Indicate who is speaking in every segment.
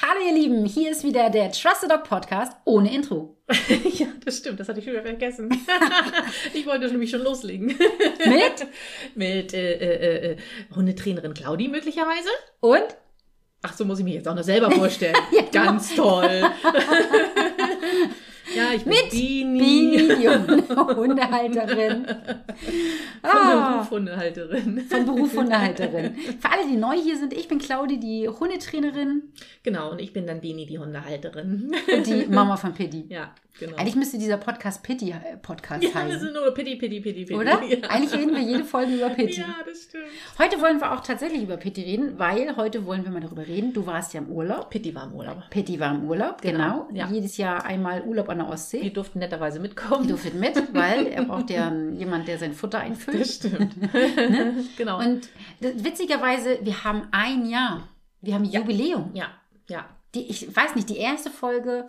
Speaker 1: Hallo ihr Lieben, hier ist wieder der Trust the Dog Podcast ohne Intro.
Speaker 2: ja, das stimmt, das hatte ich schon wieder vergessen. ich wollte nämlich schon loslegen.
Speaker 1: Mit
Speaker 2: Mit äh, äh, äh, Hundetrainerin Claudi möglicherweise.
Speaker 1: und
Speaker 2: Ach, so muss ich mich jetzt auch noch selber vorstellen.
Speaker 1: genau.
Speaker 2: Ganz toll. ja, ich bin
Speaker 1: Mit
Speaker 2: Bini.
Speaker 1: Bini, Jung, Hundehalterin,
Speaker 2: Von der
Speaker 1: Ah.
Speaker 2: Berufshundehalterin.
Speaker 1: vom Beruf Hundehalterin. Für alle, die neu hier sind, ich bin Claudi, die Hundetrainerin
Speaker 2: Genau, und ich bin dann Bini, die Hundehalterin.
Speaker 1: und die Mama von Pitti.
Speaker 2: ja, genau.
Speaker 1: Eigentlich müsste dieser Podcast Pitti äh, Podcast
Speaker 2: ja, das
Speaker 1: heißen,
Speaker 2: sind nur Pitti, Pitti, Pitti, Pitti.
Speaker 1: oder?
Speaker 2: Ja.
Speaker 1: Eigentlich reden wir jede Folge über Pitti.
Speaker 2: ja, das stimmt.
Speaker 1: Heute wollen wir auch tatsächlich über Pitti reden, weil heute wollen wir mal darüber reden. Du warst ja im Urlaub.
Speaker 2: Pitti war im Urlaub.
Speaker 1: Pitti war im Urlaub, genau.
Speaker 2: Genau, ja.
Speaker 1: Jedes Jahr einmal Urlaub an der Ostsee.
Speaker 2: Die durften netterweise mitkommen.
Speaker 1: Die durfte mit, weil er braucht ja ähm, jemand, der sein Futter einfüllt.
Speaker 2: Das stimmt. genau.
Speaker 1: Ne? Und das- witzigerweise, wir haben ein Jahr. Wir haben Jubiläum.
Speaker 2: ja, ja.
Speaker 1: Die, ich weiß nicht, die erste Folge.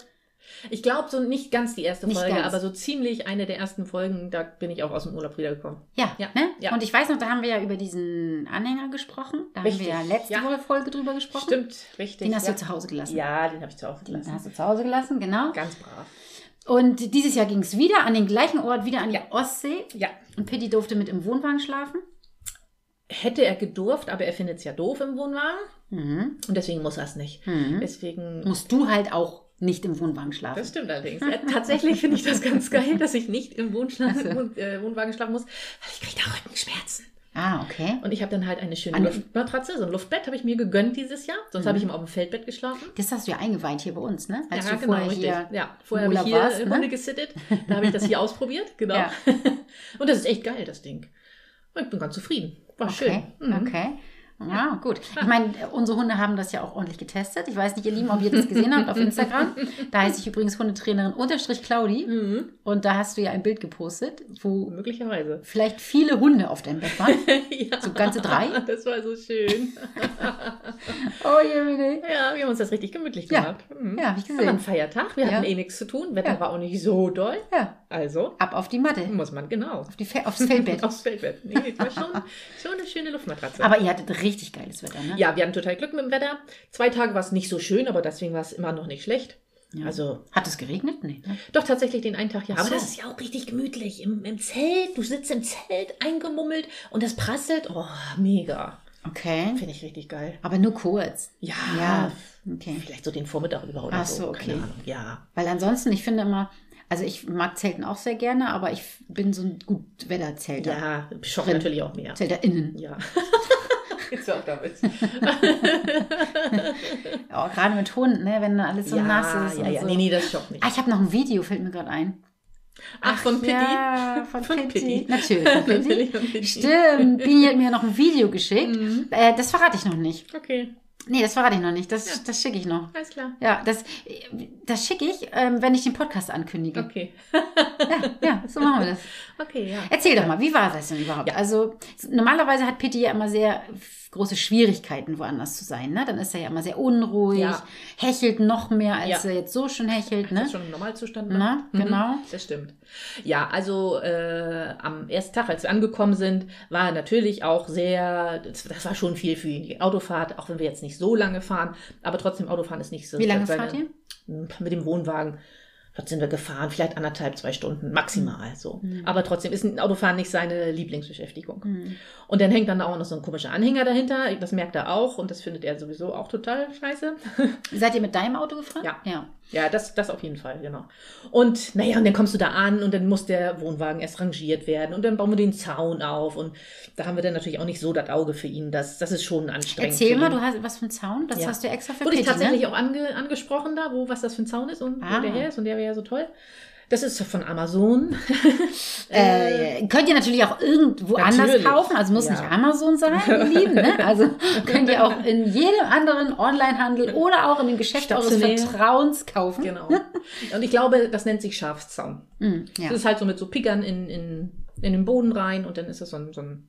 Speaker 2: Ich glaube, so nicht ganz die erste
Speaker 1: Nicht
Speaker 2: Folge,
Speaker 1: ganz.
Speaker 2: aber so ziemlich eine der ersten Folgen, da bin ich auch aus dem Urlaub wiedergekommen.
Speaker 1: Ja,
Speaker 2: Ja,
Speaker 1: ne?
Speaker 2: ja.
Speaker 1: Und ich weiß noch, da haben wir ja über diesen Anhänger gesprochen. Da
Speaker 2: Richtig,
Speaker 1: haben wir ja letzte
Speaker 2: ja.
Speaker 1: Woche Folge drüber gesprochen.
Speaker 2: Stimmt, richtig.
Speaker 1: Den hast
Speaker 2: ja.
Speaker 1: du zu Hause gelassen.
Speaker 2: Ja, den habe ich zu Hause
Speaker 1: Den
Speaker 2: gelassen.
Speaker 1: hast du zu Hause gelassen, genau.
Speaker 2: Ganz brav.
Speaker 1: Und dieses Jahr ging es wieder an den gleichen Ort, wieder an die Ostsee.
Speaker 2: Ja,
Speaker 1: Und Pitti durfte mit im Wohnwagen schlafen.
Speaker 2: hätte er gedurft, aber er findet es ja doof im Wohnwagen
Speaker 1: Mhm.
Speaker 2: und deswegen muss er es nicht.
Speaker 1: Mhm.
Speaker 2: Deswegen.
Speaker 1: Musst du halt auch nicht im Wohnwagen schlafen.
Speaker 2: Das stimmt allerdings. Ja, tatsächlich finde ich das ganz geil, dass ich nicht im Wohnschla
Speaker 1: Ach so.
Speaker 2: Wohn- äh, Wohnwagen schlafen muss, weil ich kriege da Rückenschmerzen.
Speaker 1: ah, okay.
Speaker 2: Und ich habe dann halt eine schöne
Speaker 1: Eine-
Speaker 2: Luftmatratze, so ein Luftbett habe ich mir gegönnt dieses Jahr. Sonst
Speaker 1: Mhm.
Speaker 2: habe ich immer auf dem Feldbett geschlafen.
Speaker 1: Das hast du ja eingeweiht hier bei uns, ne? Als
Speaker 2: ja, genau,
Speaker 1: du vorher
Speaker 2: richtig.
Speaker 1: hier.
Speaker 2: ja, vorher habe ich
Speaker 1: Urlaub
Speaker 2: hier
Speaker 1: warst,
Speaker 2: warst,
Speaker 1: ne?
Speaker 2: Hunde gesittet. Da habe ich das hier ausprobiert, genau.
Speaker 1: Ja.
Speaker 2: Und das ist echt geil, das Ding. Ich bin ganz zufrieden. War
Speaker 1: Okay,
Speaker 2: schön. Mhm.
Speaker 1: okay. Ja, gut. Ich meine, äh, unsere Hunde haben das ja auch ordentlich getestet. Ich weiß nicht, ihr Lieben, ob ihr das gesehen habt auf Instagram. Da heiße ich übrigens Hundetrainerin unterstrich Claudi.
Speaker 2: Mhm.
Speaker 1: Und da hast du ja ein Bild gepostet, wo
Speaker 2: Möglicherweise.
Speaker 1: vielleicht viele Hunde auf deinem Bett waren.
Speaker 2: ja.
Speaker 1: So ganze drei?
Speaker 2: Das war so schön.
Speaker 1: Oh je, bitte.
Speaker 2: Ja, wir haben uns das richtig gemütlich
Speaker 1: Ja.
Speaker 2: gemacht. Mhm.
Speaker 1: Ja, hab ich
Speaker 2: War ein
Speaker 1: gesehen.
Speaker 2: Feiertag, wir
Speaker 1: Ja.
Speaker 2: hatten eh nichts zu tun, Wetter
Speaker 1: Ja.
Speaker 2: war auch nicht so doll.
Speaker 1: Ja,
Speaker 2: Also
Speaker 1: ab auf die Matte.
Speaker 2: muss man genau.
Speaker 1: Auf die Fe aufs Feldbett.
Speaker 2: Aufs Feldbett. Nee, das war schon, schon eine schöne Luftmatratze.
Speaker 1: Aber ihr hattet richtig geiles Wetter, ne?
Speaker 2: ja, wir hatten total Glück mit dem Wetter. Zwei Tage war es nicht so schön, aber deswegen war es immer noch nicht schlecht.
Speaker 1: Ja.
Speaker 2: Also
Speaker 1: Hat es geregnet? Nee. ne?
Speaker 2: Doch, tatsächlich den einen Tag, ja.
Speaker 1: Ach
Speaker 2: Aber
Speaker 1: so.
Speaker 2: das ist ja auch richtig gemütlich. Im, Im Zelt, du sitzt im Zelt, eingemummelt und das prasselt. Oh, mega.
Speaker 1: Okay.
Speaker 2: Finde ich richtig geil.
Speaker 1: Aber nur kurz.
Speaker 2: Ja.
Speaker 1: Ja, okay.
Speaker 2: Vielleicht so den Vormittag über oder
Speaker 1: Ach
Speaker 2: so.
Speaker 1: so, okay.
Speaker 2: Keine Ahnung. Ja.
Speaker 1: Weil ansonsten, ich finde immer, also ich mag Zelten auch sehr gerne, aber ich bin so ein gut Wetterzelter.
Speaker 2: Ja, schon
Speaker 1: Drin.
Speaker 2: natürlich auch mehr.
Speaker 1: ZelterInnen.
Speaker 2: Ja. Jetzt auch damit.
Speaker 1: Auch gerade mit Hunden, ne, wenn dann alles so
Speaker 2: ja,
Speaker 1: nass ist.
Speaker 2: ja,
Speaker 1: und
Speaker 2: ja.
Speaker 1: so.
Speaker 2: Nee, nee, das schockt nicht.
Speaker 1: Ah, ich habe noch ein Video, fällt mir gerade ein.
Speaker 2: Ach, von Pitti?
Speaker 1: Ja, von,
Speaker 2: Von
Speaker 1: Pitti.
Speaker 2: Pitti.
Speaker 1: Natürlich, von Pitti.
Speaker 2: Natürlich von Pitti.
Speaker 1: Stimmt, Bini hat mir noch ein Video geschickt.
Speaker 2: Mhm.
Speaker 1: Äh, das verrate ich noch nicht.
Speaker 2: Okay,
Speaker 1: Nee, das verrate ich noch nicht. Das,
Speaker 2: Ja.
Speaker 1: das schicke ich noch.
Speaker 2: alles klar.
Speaker 1: Ja, das, das schicke ich, ähm, wenn ich den Podcast ankündige.
Speaker 2: Okay.
Speaker 1: Ja, so machen wir das.
Speaker 2: Okay, ja.
Speaker 1: Erzähl doch mal, wie war das denn überhaupt?
Speaker 2: Ja.
Speaker 1: Also s- normalerweise hat Pitti ja immer sehr f- große Schwierigkeiten, woanders zu sein. Ne? Dann ist er ja immer sehr unruhig,
Speaker 2: Ja.
Speaker 1: hechelt noch mehr, als
Speaker 2: Ja.
Speaker 1: er jetzt so schon hechelt.
Speaker 2: Das
Speaker 1: Ne?
Speaker 2: ist schon ein Normalzustand. ne?
Speaker 1: Na,
Speaker 2: Mhm,
Speaker 1: genau.
Speaker 2: Das stimmt. Ja, also äh, am ersten Tag, als wir angekommen sind, war natürlich auch sehr, das, das war schon viel für ihn, die Autofahrt, auch wenn wir jetzt nicht so lange fahren, aber trotzdem Autofahren ist nicht so.
Speaker 1: Wie lange
Speaker 2: seine-
Speaker 1: fahrt ihr?
Speaker 2: Mit dem Wohnwagen. Dort sind wir gefahren, vielleicht anderthalb, zwei Stunden maximal so. Aber trotzdem ist ein Autofahren nicht seine Lieblingsbeschäftigung.
Speaker 1: Hm.
Speaker 2: Und dann hängt dann auch noch so ein komischer Anhänger dahinter. Das merkt er auch und das findet er sowieso auch total scheiße.
Speaker 1: Seid ihr mit deinem Auto gefahren?
Speaker 2: Ja.
Speaker 1: ja.
Speaker 2: Ja, das, das auf jeden Fall, genau. Und naja, und dann kommst du da an und dann muss der Wohnwagen erst rangiert werden und dann bauen wir den Zaun auf und da haben wir dann natürlich auch nicht so das Auge für ihn. Das, das ist schon anstrengend.
Speaker 1: Erzähl
Speaker 2: für
Speaker 1: mal,
Speaker 2: ihn.
Speaker 1: du hast was für einen Zaun? Das
Speaker 2: Ja.
Speaker 1: hast du extra für
Speaker 2: Wurde ich
Speaker 1: Pitti,
Speaker 2: tatsächlich
Speaker 1: ne?
Speaker 2: auch ange, angesprochen da, wo was das für ein Zaun ist und
Speaker 1: Ah.
Speaker 2: wo der her ist und der wäre ja so toll. Das ist von Amazon.
Speaker 1: Äh, könnt ihr natürlich auch irgendwo anders
Speaker 2: Natürlich.
Speaker 1: kaufen, also muss
Speaker 2: Ja.
Speaker 1: nicht Amazon sein, ihr Lieben. Ne? Also könnt ihr auch in jedem anderen Onlinehandel oder auch in dem Geschäft eures
Speaker 2: Stationär.
Speaker 1: Vertrauens kaufen.
Speaker 2: Genau. Und ich glaube, das nennt sich Schafszaun.
Speaker 1: Hm, ja.
Speaker 2: Das ist halt so mit so Pickern in, in, in den Boden rein und dann ist das so ein, so ein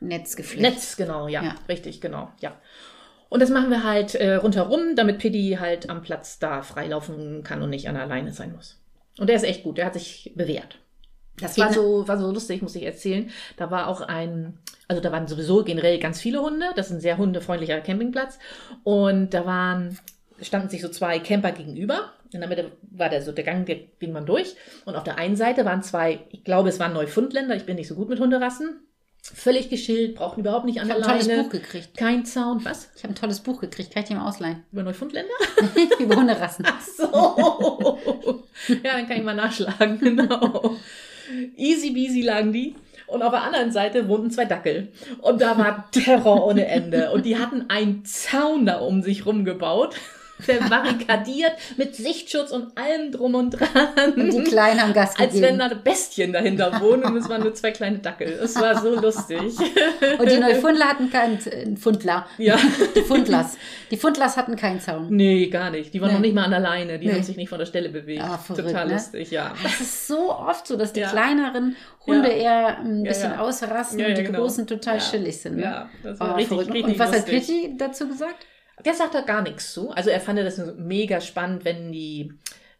Speaker 1: Netzgeflecht.
Speaker 2: Netz, genau, ja,
Speaker 1: Ja.
Speaker 2: Richtig, genau, ja. Und das machen wir halt äh, rundherum, damit Piddy halt am Platz da freilaufen kann und nicht an der Leine sein muss. Und der ist echt gut, der hat sich bewährt. Das war so, war so lustig, muss ich erzählen. Da war auch ein, also da waren sowieso generell ganz viele Hunde. Das ist ein sehr hundefreundlicher Campingplatz. Und da waren standen sich so zwei Camper gegenüber. In der Mitte war der, so der Gang, der ging man durch. Und auf der einen Seite waren zwei, ich glaube, es waren Neufundländer, ich bin nicht so gut mit Hunderassen. Völlig geschillt, brauchten überhaupt nicht an
Speaker 1: Ich
Speaker 2: der
Speaker 1: habe ein tolles
Speaker 2: Leine.
Speaker 1: Buch gekriegt.
Speaker 2: Kein Sound, was?
Speaker 1: Ich habe ein tolles Buch gekriegt. Kann ich dir mal ausleihen?
Speaker 2: Über Neufundländer?
Speaker 1: Über Hunderassen.
Speaker 2: Ach so. ja, dann kann ich mal nachschlagen, genau. Easy beasy lagen die. Und auf der anderen Seite wohnten zwei Dackel. Und da war Terror ohne Ende. Und die hatten einen Zaun da um sich rumgebaut. Verbarrikadiert mit Sichtschutz und allem drum und dran.
Speaker 1: Und die Kleinen haben Gas
Speaker 2: Mhm. Als wenn
Speaker 1: gegeben.
Speaker 2: da Bestien dahinter wohnen und es waren nur zwei kleine Dackel. Es war so lustig.
Speaker 1: Und die Neufundler hatten keinen äh, Fundler.
Speaker 2: Ja.
Speaker 1: Die Fundlers. Die Fundlers hatten keinen Zaun.
Speaker 2: Nee, gar nicht. Die waren
Speaker 1: Nee.
Speaker 2: noch nicht mal an der Leine. Die
Speaker 1: Nee.
Speaker 2: haben sich nicht von der Stelle bewegt.
Speaker 1: Ah, verrückt,
Speaker 2: Total
Speaker 1: ne?
Speaker 2: lustig, ja.
Speaker 1: Es ist so oft so, dass die
Speaker 2: Ja.
Speaker 1: kleineren Hunde
Speaker 2: Ja.
Speaker 1: eher ein
Speaker 2: Ja,
Speaker 1: bisschen
Speaker 2: ja.
Speaker 1: ausrasten
Speaker 2: Ja, ja,
Speaker 1: und die
Speaker 2: genau.
Speaker 1: großen total
Speaker 2: Ja.
Speaker 1: chillig sind. Ne?
Speaker 2: Ja, das war
Speaker 1: Oh,
Speaker 2: richtig,
Speaker 1: verrückt.
Speaker 2: richtig
Speaker 1: und was hat
Speaker 2: lustig.
Speaker 1: Pitti dazu gesagt?
Speaker 2: Der sagt da gar nichts zu. Also er fand das mega spannend, wenn die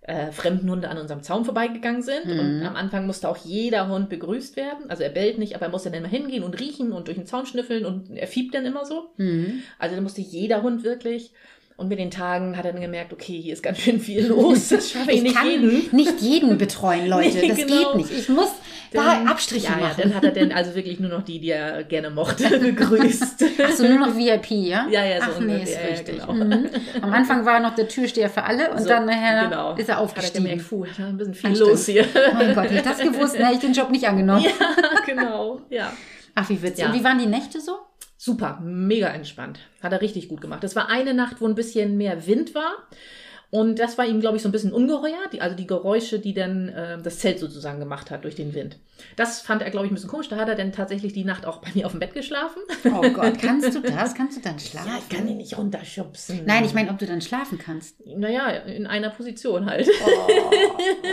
Speaker 2: äh, fremden Hunde an unserem Zaun vorbeigegangen sind.
Speaker 1: Mhm.
Speaker 2: Und am Anfang musste auch jeder Hund begrüßt werden. Also er bellt nicht, aber er musste dann immer hingehen und riechen und durch den Zaun schnüffeln und er fiebt dann immer so.
Speaker 1: Mhm.
Speaker 2: Also da musste jeder Hund wirklich. Und mit den Tagen hat er dann gemerkt, okay, hier ist ganz schön viel los. Das schaffe ich,
Speaker 1: Ich
Speaker 2: nicht
Speaker 1: kann
Speaker 2: jeden.
Speaker 1: nicht jeden betreuen, Leute.
Speaker 2: Nee,
Speaker 1: das
Speaker 2: genau.
Speaker 1: geht nicht. Ich muss
Speaker 2: Dann-
Speaker 1: da Abstriche
Speaker 2: ja, Ja,
Speaker 1: machen.
Speaker 2: dann hat er dann also wirklich nur noch die, die er gerne mochte, begrüßt.
Speaker 1: Achso, nur noch VIP, ja?
Speaker 2: Ja, ja, so
Speaker 1: Ach, nee,
Speaker 2: ungefähr,
Speaker 1: ist
Speaker 2: ja,
Speaker 1: richtig.
Speaker 2: genau.
Speaker 1: Mhm. Am Anfang war er noch der Türsteher für alle und
Speaker 2: So,
Speaker 1: dann nachher
Speaker 2: genau.
Speaker 1: ist er
Speaker 2: hat er gemerkt,
Speaker 1: aufgestiegen.
Speaker 2: puh, da ist ein bisschen viel
Speaker 1: Anstrengend.
Speaker 2: los hier.
Speaker 1: Mein Gott, hätte ich das gewusst, hätte ich den Job nicht angenommen.
Speaker 2: Ja, genau, ja.
Speaker 1: Ach, wie witzig.
Speaker 2: Ja.
Speaker 1: Und wie waren die Nächte so?
Speaker 2: Super, mega entspannt. Hat er richtig gut gemacht. Das war eine Nacht, wo ein bisschen mehr Wind war. Und das war ihm, glaube ich, so ein bisschen ungeheuer. Die, also die Geräusche, die dann äh, das Zelt sozusagen gemacht hat durch den Wind. Das fand er, glaube ich, ein bisschen komisch. Da hat er dann tatsächlich die Nacht auch bei mir auf dem Bett geschlafen.
Speaker 1: Oh Gott, kannst du das? Kannst du dann schlafen?
Speaker 2: ihn nicht runterschubsen.
Speaker 1: Nein, ich meine, ob du dann schlafen kannst.
Speaker 2: Naja, in einer Position halt.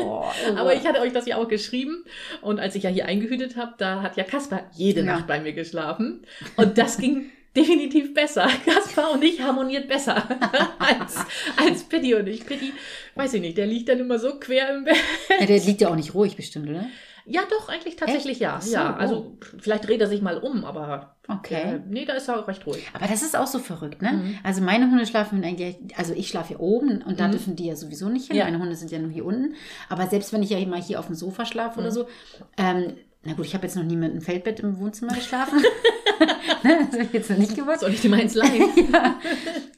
Speaker 1: Oh,
Speaker 2: Aber ich hatte euch das ja auch geschrieben. Und als ich ja hier eingehütet habe, da hat ja Kaspar jede
Speaker 1: Ja.
Speaker 2: Nacht bei mir geschlafen. Und das ging definitiv besser. Kaspar und ich harmoniert besser als, als Pitti und ich. Pitti, weiß ich nicht, der liegt dann immer so quer im Bett.
Speaker 1: ja, der liegt ja auch nicht ruhig bestimmt, oder?
Speaker 2: Ja, doch, eigentlich tatsächlich ja.
Speaker 1: Ach so,
Speaker 2: ja,
Speaker 1: oh.
Speaker 2: also vielleicht dreht er sich mal um, aber äh,
Speaker 1: Okay.
Speaker 2: nee, da ist er auch recht ruhig.
Speaker 1: Aber das ist auch so verrückt, ne?
Speaker 2: Mhm.
Speaker 1: Also meine Hunde schlafen eigentlich, also ich schlafe hier oben und da
Speaker 2: Mhm.
Speaker 1: dürfen die ja sowieso nicht hin.
Speaker 2: Ja.
Speaker 1: Meine Hunde sind ja nur hier unten. Aber selbst wenn ich ja mal hier auf dem Sofa schlafe oder
Speaker 2: Mhm.
Speaker 1: so, ähm, na gut, ich habe jetzt noch nie mit einem Feldbett im Wohnzimmer geschlafen. ne? Das habe ich jetzt noch nicht gewusst.
Speaker 2: Soll ich dir mal ins Leiden?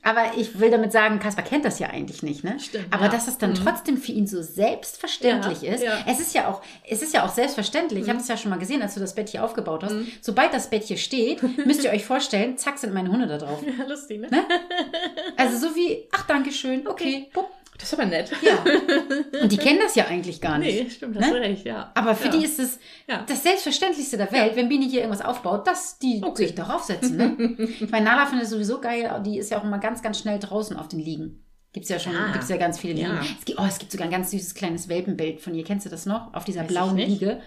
Speaker 1: Aber ich will damit sagen, Kaspar kennt das ja eigentlich nicht, ne?
Speaker 2: Stimmt,
Speaker 1: Aber
Speaker 2: ja.
Speaker 1: dass es dann
Speaker 2: Mhm.
Speaker 1: trotzdem für ihn so selbstverständlich
Speaker 2: Ja,
Speaker 1: ist.
Speaker 2: ja. Mhm.
Speaker 1: Es ist ja auch, es ist ja auch selbstverständlich. Ich habe es ja schon mal gesehen, als du das Bett hier aufgebaut hast. Sobald das Bett hier steht, müsst ihr euch vorstellen, zack sind meine Hunde da drauf.
Speaker 2: Ja, lustig, ne?
Speaker 1: Also so wie, ach, danke schön, okay, bupp.
Speaker 2: Das ist aber nett.
Speaker 1: Ja. Und die kennen das ja eigentlich gar nicht.
Speaker 2: Nee, stimmt, hast
Speaker 1: Ne?
Speaker 2: du recht, ja.
Speaker 1: Aber für
Speaker 2: ja.
Speaker 1: die ist es
Speaker 2: Ja.
Speaker 1: das Selbstverständlichste der Welt, wenn Bini hier irgendwas aufbaut, dass die
Speaker 2: Okay.
Speaker 1: sich darauf setzen. Ne? ich meine, Nala findet es sowieso geil, die ist ja auch immer ganz, ganz schnell draußen auf den Liegen. Gibt's ja schon,
Speaker 2: Ah.
Speaker 1: gibt's ja ganz viele
Speaker 2: Ja.
Speaker 1: Liegen. Es gibt, oh, es gibt sogar ein ganz süßes kleines Welpenbild von ihr. Kennst du das noch? Auf dieser
Speaker 2: Weiß ich
Speaker 1: blauen
Speaker 2: nicht.
Speaker 1: Liege,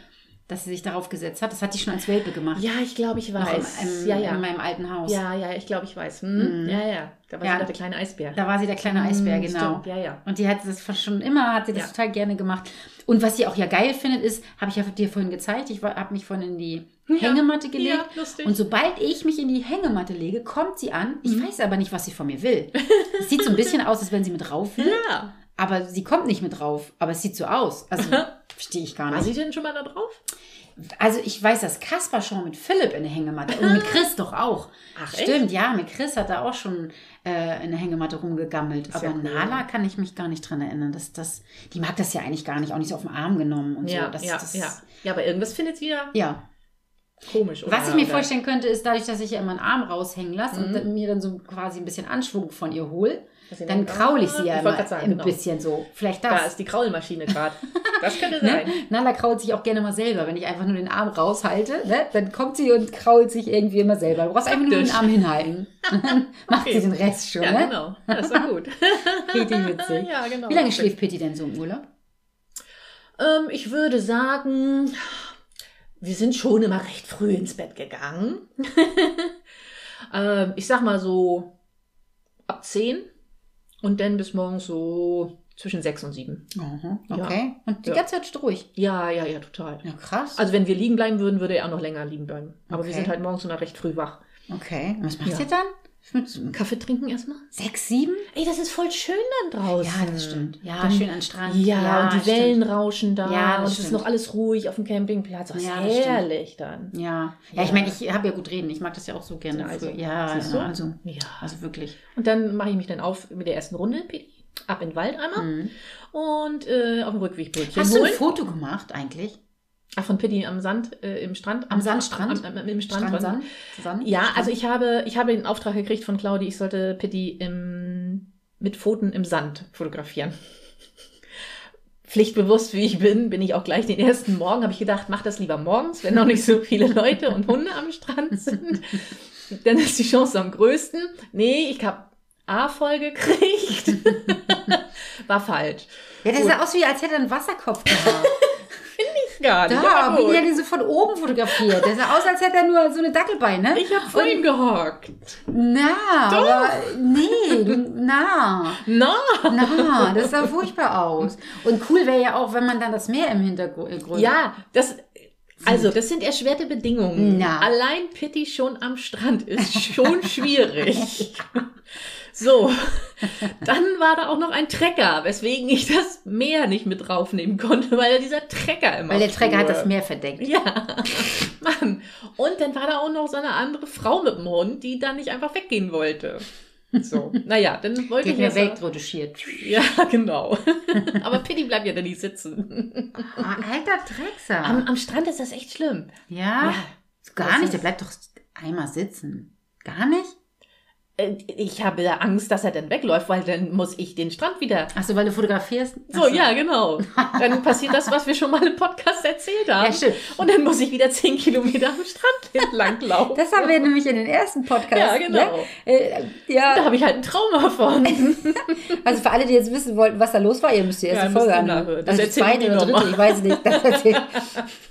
Speaker 1: dass sie sich darauf gesetzt hat. Das hat die schon als Welpe gemacht.
Speaker 2: Ja, ich glaube, ich
Speaker 1: Noch im,
Speaker 2: weiß.
Speaker 1: im,
Speaker 2: ja, ja.
Speaker 1: in meinem alten Haus.
Speaker 2: Ja, ja, ich glaube, ich weiß. Hm?
Speaker 1: Mhm.
Speaker 2: Ja, ja. Da war
Speaker 1: Ja.
Speaker 2: sogar der kleine Eisbär.
Speaker 1: Da war sie der kleine Eisbär,
Speaker 2: Hm,
Speaker 1: genau.
Speaker 2: Stimmt. Ja, ja.
Speaker 1: Und die hat das von- schon immer, hat sie das
Speaker 2: Ja.
Speaker 1: total gerne gemacht. Und was sie auch ja geil findet, ist, habe ich ja dir vorhin gezeigt, ich habe mich vorhin in die Hängematte gelegt.
Speaker 2: Ja, lustig. Mhm.
Speaker 1: Und sobald ich mich in die Hängematte lege, kommt sie an. Ich weiß aber nicht, was sie von mir will. Es sieht so ein bisschen aus, als wenn sie mit rauf will,
Speaker 2: ja.
Speaker 1: aber sie kommt nicht mit rauf. Aber es sieht so aus. Also verstehe ich gar
Speaker 2: War
Speaker 1: nicht.
Speaker 2: sie denn schon mal da drauf?
Speaker 1: Also ich weiß, dass Kaspar schon mit Philipp in der Hängematte und mit Chris doch auch.
Speaker 2: Ach, echt?
Speaker 1: Stimmt, ja, mit Chris hat er auch schon äh, in der Hängematte rumgegammelt. Aber
Speaker 2: ja cool.
Speaker 1: Nala kann ich mich gar nicht dran erinnern. Dass das, die mag das ja eigentlich gar nicht, auch nicht so auf den Arm genommen und
Speaker 2: ja,
Speaker 1: so. Das,
Speaker 2: ja,
Speaker 1: das,
Speaker 2: ja. Ja, aber irgendwas findet sie ja
Speaker 1: ja.
Speaker 2: komisch. Oder?
Speaker 1: Was ich mir
Speaker 2: Oder-
Speaker 1: vorstellen könnte, ist dadurch, dass ich ja immer einen Arm raushängen lasse und
Speaker 2: Mhm.
Speaker 1: dann mir dann so quasi ein bisschen Anschwung von ihr hole,
Speaker 2: Dass sie
Speaker 1: dann
Speaker 2: denkt,
Speaker 1: kraule ich
Speaker 2: ah,
Speaker 1: sie ja
Speaker 2: ich wollte
Speaker 1: immer
Speaker 2: gerade sagen,
Speaker 1: ein
Speaker 2: genau.
Speaker 1: bisschen so. Vielleicht
Speaker 2: Da
Speaker 1: das.
Speaker 2: ist die Kraulmaschine gerade. Das könnte
Speaker 1: Ne?
Speaker 2: sein.
Speaker 1: Nala krault sich auch gerne mal selber, wenn ich einfach nur den Arm raushalte, ne? dann kommt sie und krault sich irgendwie immer selber. Du brauchst einfach nur den
Speaker 2: Praktisch.
Speaker 1: Arm hinhalten. Macht
Speaker 2: Okay.
Speaker 1: sie den Rest schon,
Speaker 2: Ja,
Speaker 1: ne?
Speaker 2: genau. Ja, das war gut.
Speaker 1: Richtig witzig.
Speaker 2: Ja, genau.
Speaker 1: Wie lange schläft Pitti denn so im Urlaub?
Speaker 2: Ähm, ich würde sagen, wir sind schon immer recht früh ins Bett gegangen. ähm, ich sag mal so ab 10 und dann bis morgens so zwischen 6 und 7.
Speaker 1: Okay. Und die
Speaker 2: Ja.
Speaker 1: ganze Zeit steht ruhig.
Speaker 2: Ja, ja, ja, total.
Speaker 1: Ja, krass.
Speaker 2: Also wenn wir liegen bleiben würden, würde er auch noch länger liegen bleiben. Aber wir
Speaker 1: Okay.
Speaker 2: sind halt morgens immer recht früh wach.
Speaker 1: okay. Und was macht
Speaker 2: Ja.
Speaker 1: ihr dann? Ich bin
Speaker 2: Kaffee trinken erstmal.
Speaker 1: sechs, sieben?
Speaker 2: Ey, das ist voll schön dann draußen.
Speaker 1: Ja, das stimmt. Ja,
Speaker 2: Dann-
Speaker 1: schön an den Strand.
Speaker 2: Ja, und die
Speaker 1: stimmt.
Speaker 2: Wellen rauschen da.
Speaker 1: Ja, das
Speaker 2: und es ist
Speaker 1: stimmt.
Speaker 2: noch alles ruhig auf dem Campingplatz. Was
Speaker 1: Ja, das stimmt.
Speaker 2: herrlich dann.
Speaker 1: Ja. ja, ich
Speaker 2: Ja.
Speaker 1: meine, ich habe ja gut reden. Ich mag das ja auch so gerne.
Speaker 2: Na, also,
Speaker 1: früher. ja,
Speaker 2: siehst
Speaker 1: ja,
Speaker 2: du?
Speaker 1: also,
Speaker 2: Ja.
Speaker 1: also wirklich.
Speaker 2: Und dann mache ich mich dann auf mit der ersten Runde, Pidi, ab in den Wald einmal
Speaker 1: Mhm.
Speaker 2: und äh, auf dem Rückweg Brötchen
Speaker 1: Hast du
Speaker 2: holen.
Speaker 1: ein Foto gemacht eigentlich?
Speaker 2: Ach, von Piddy am Sand, äh, im Strand.
Speaker 1: Am Sandstrand?
Speaker 2: Am, am, am, Im Strand.
Speaker 1: Strand,
Speaker 2: von-
Speaker 1: Sand? Sand?
Speaker 2: Ja,
Speaker 1: Strand?
Speaker 2: also ich habe, ich habe den Auftrag gekriegt von Claudi, ich sollte Pitti im, mit Pfoten im Sand fotografieren. Pflichtbewusst wie ich bin, bin ich auch gleich den ersten Morgen, habe ich gedacht, mach das lieber morgens, wenn noch nicht so viele Leute und Hunde am Strand sind. Dann ist die Chance am größten. Nee, ich habe A voll gekriegt. War falsch.
Speaker 1: Ja, der sah aus wie, als hätte er einen Wasserkopf gehabt.
Speaker 2: Gar nicht.
Speaker 1: da,
Speaker 2: aber
Speaker 1: bin
Speaker 2: gut.
Speaker 1: ich ja den so von oben fotografiert. Der sah aus, als hätte er nur so eine Dackelbeine.
Speaker 2: ich habe vor ihm gehockt.
Speaker 1: Na, aber nee, du- na,
Speaker 2: Na,
Speaker 1: na, das sah furchtbar aus. Und cool wäre ja auch, wenn man dann das Meer im Hintergrund.
Speaker 2: Ja, das. Also, das sind erschwerte Bedingungen.
Speaker 1: Na.
Speaker 2: Allein Pitti schon am Strand ist schon schwierig. so, dann war da auch noch ein Trecker, weswegen ich das Meer nicht mit draufnehmen konnte, weil ja dieser Trecker immer.
Speaker 1: Weil der Trecker hat
Speaker 2: fuhr.
Speaker 1: das Meer verdeckt.
Speaker 2: Ja, Mann. Und dann war da auch noch so eine andere Frau mit dem Hund, die da nicht einfach weggehen wollte. So, naja, dann wollte
Speaker 1: Geht
Speaker 2: ich
Speaker 1: mir
Speaker 2: das ja-
Speaker 1: weg, retuschiert.
Speaker 2: Ja, genau. Aber Pitti bleibt ja dann nicht sitzen.
Speaker 1: Ah, Alter Drecksack.
Speaker 2: Am, am Strand ist das echt schlimm.
Speaker 1: Ja,
Speaker 2: ja.
Speaker 1: gar
Speaker 2: das
Speaker 1: nicht.
Speaker 2: ist-
Speaker 1: Der bleibt doch einmal sitzen. Gar nicht?
Speaker 2: Äh, Ich habe da Angst, dass er dann wegläuft, weil dann muss ich den Strand wieder.
Speaker 1: Achso, weil du fotografierst?
Speaker 2: So,
Speaker 1: Ach
Speaker 2: ja, genau. Dann passiert das, was wir schon mal im Podcast erzählt haben.
Speaker 1: Ja, stimmt.
Speaker 2: Und dann muss ich wieder zehn Kilometer am Strand entlang laufen.
Speaker 1: Das haben wir nämlich in den ersten Podcast.
Speaker 2: ja, genau.
Speaker 1: Ne? Äh,
Speaker 2: Da
Speaker 1: ja,
Speaker 2: habe ich halt ein Trauma von.
Speaker 1: also für alle, die jetzt wissen wollten, was da los war, ihr müsst die erste
Speaker 2: Ja, müsst
Speaker 1: Folge
Speaker 2: ihr
Speaker 1: anhören.
Speaker 2: nachhören.
Speaker 1: Das
Speaker 2: Das
Speaker 1: also die
Speaker 2: erzählen
Speaker 1: zweite
Speaker 2: wir
Speaker 1: oder
Speaker 2: noch
Speaker 1: dritte, ich weiß es nicht. Das erzähl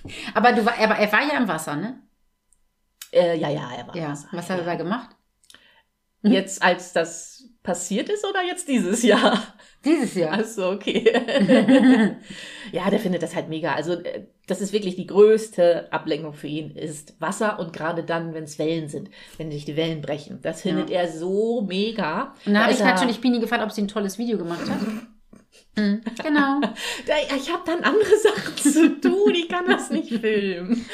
Speaker 1: ich. aber, du war, aber er war ja im Wasser, ne?
Speaker 2: äh, ja, ja, er war.
Speaker 1: Ja.
Speaker 2: das. halt.
Speaker 1: Was hat er da gemacht?
Speaker 2: Jetzt, als das passiert ist oder jetzt dieses Jahr?
Speaker 1: Dieses Jahr.
Speaker 2: Ach so, okay. ja, der findet das halt mega. Also äh, das ist wirklich die größte Ablenkung für ihn, ist Wasser und gerade dann, wenn es Wellen sind, wenn sich die Wellen brechen. Das findet er so mega.
Speaker 1: Und da habe
Speaker 2: ist
Speaker 1: ich halt
Speaker 2: er-
Speaker 1: natürlich Bini gefragt, ob sie ein tolles Video gemacht hat. Mhm, genau.
Speaker 2: Da, ich habe dann andere Sachen zu tun, ich kann das nicht filmen.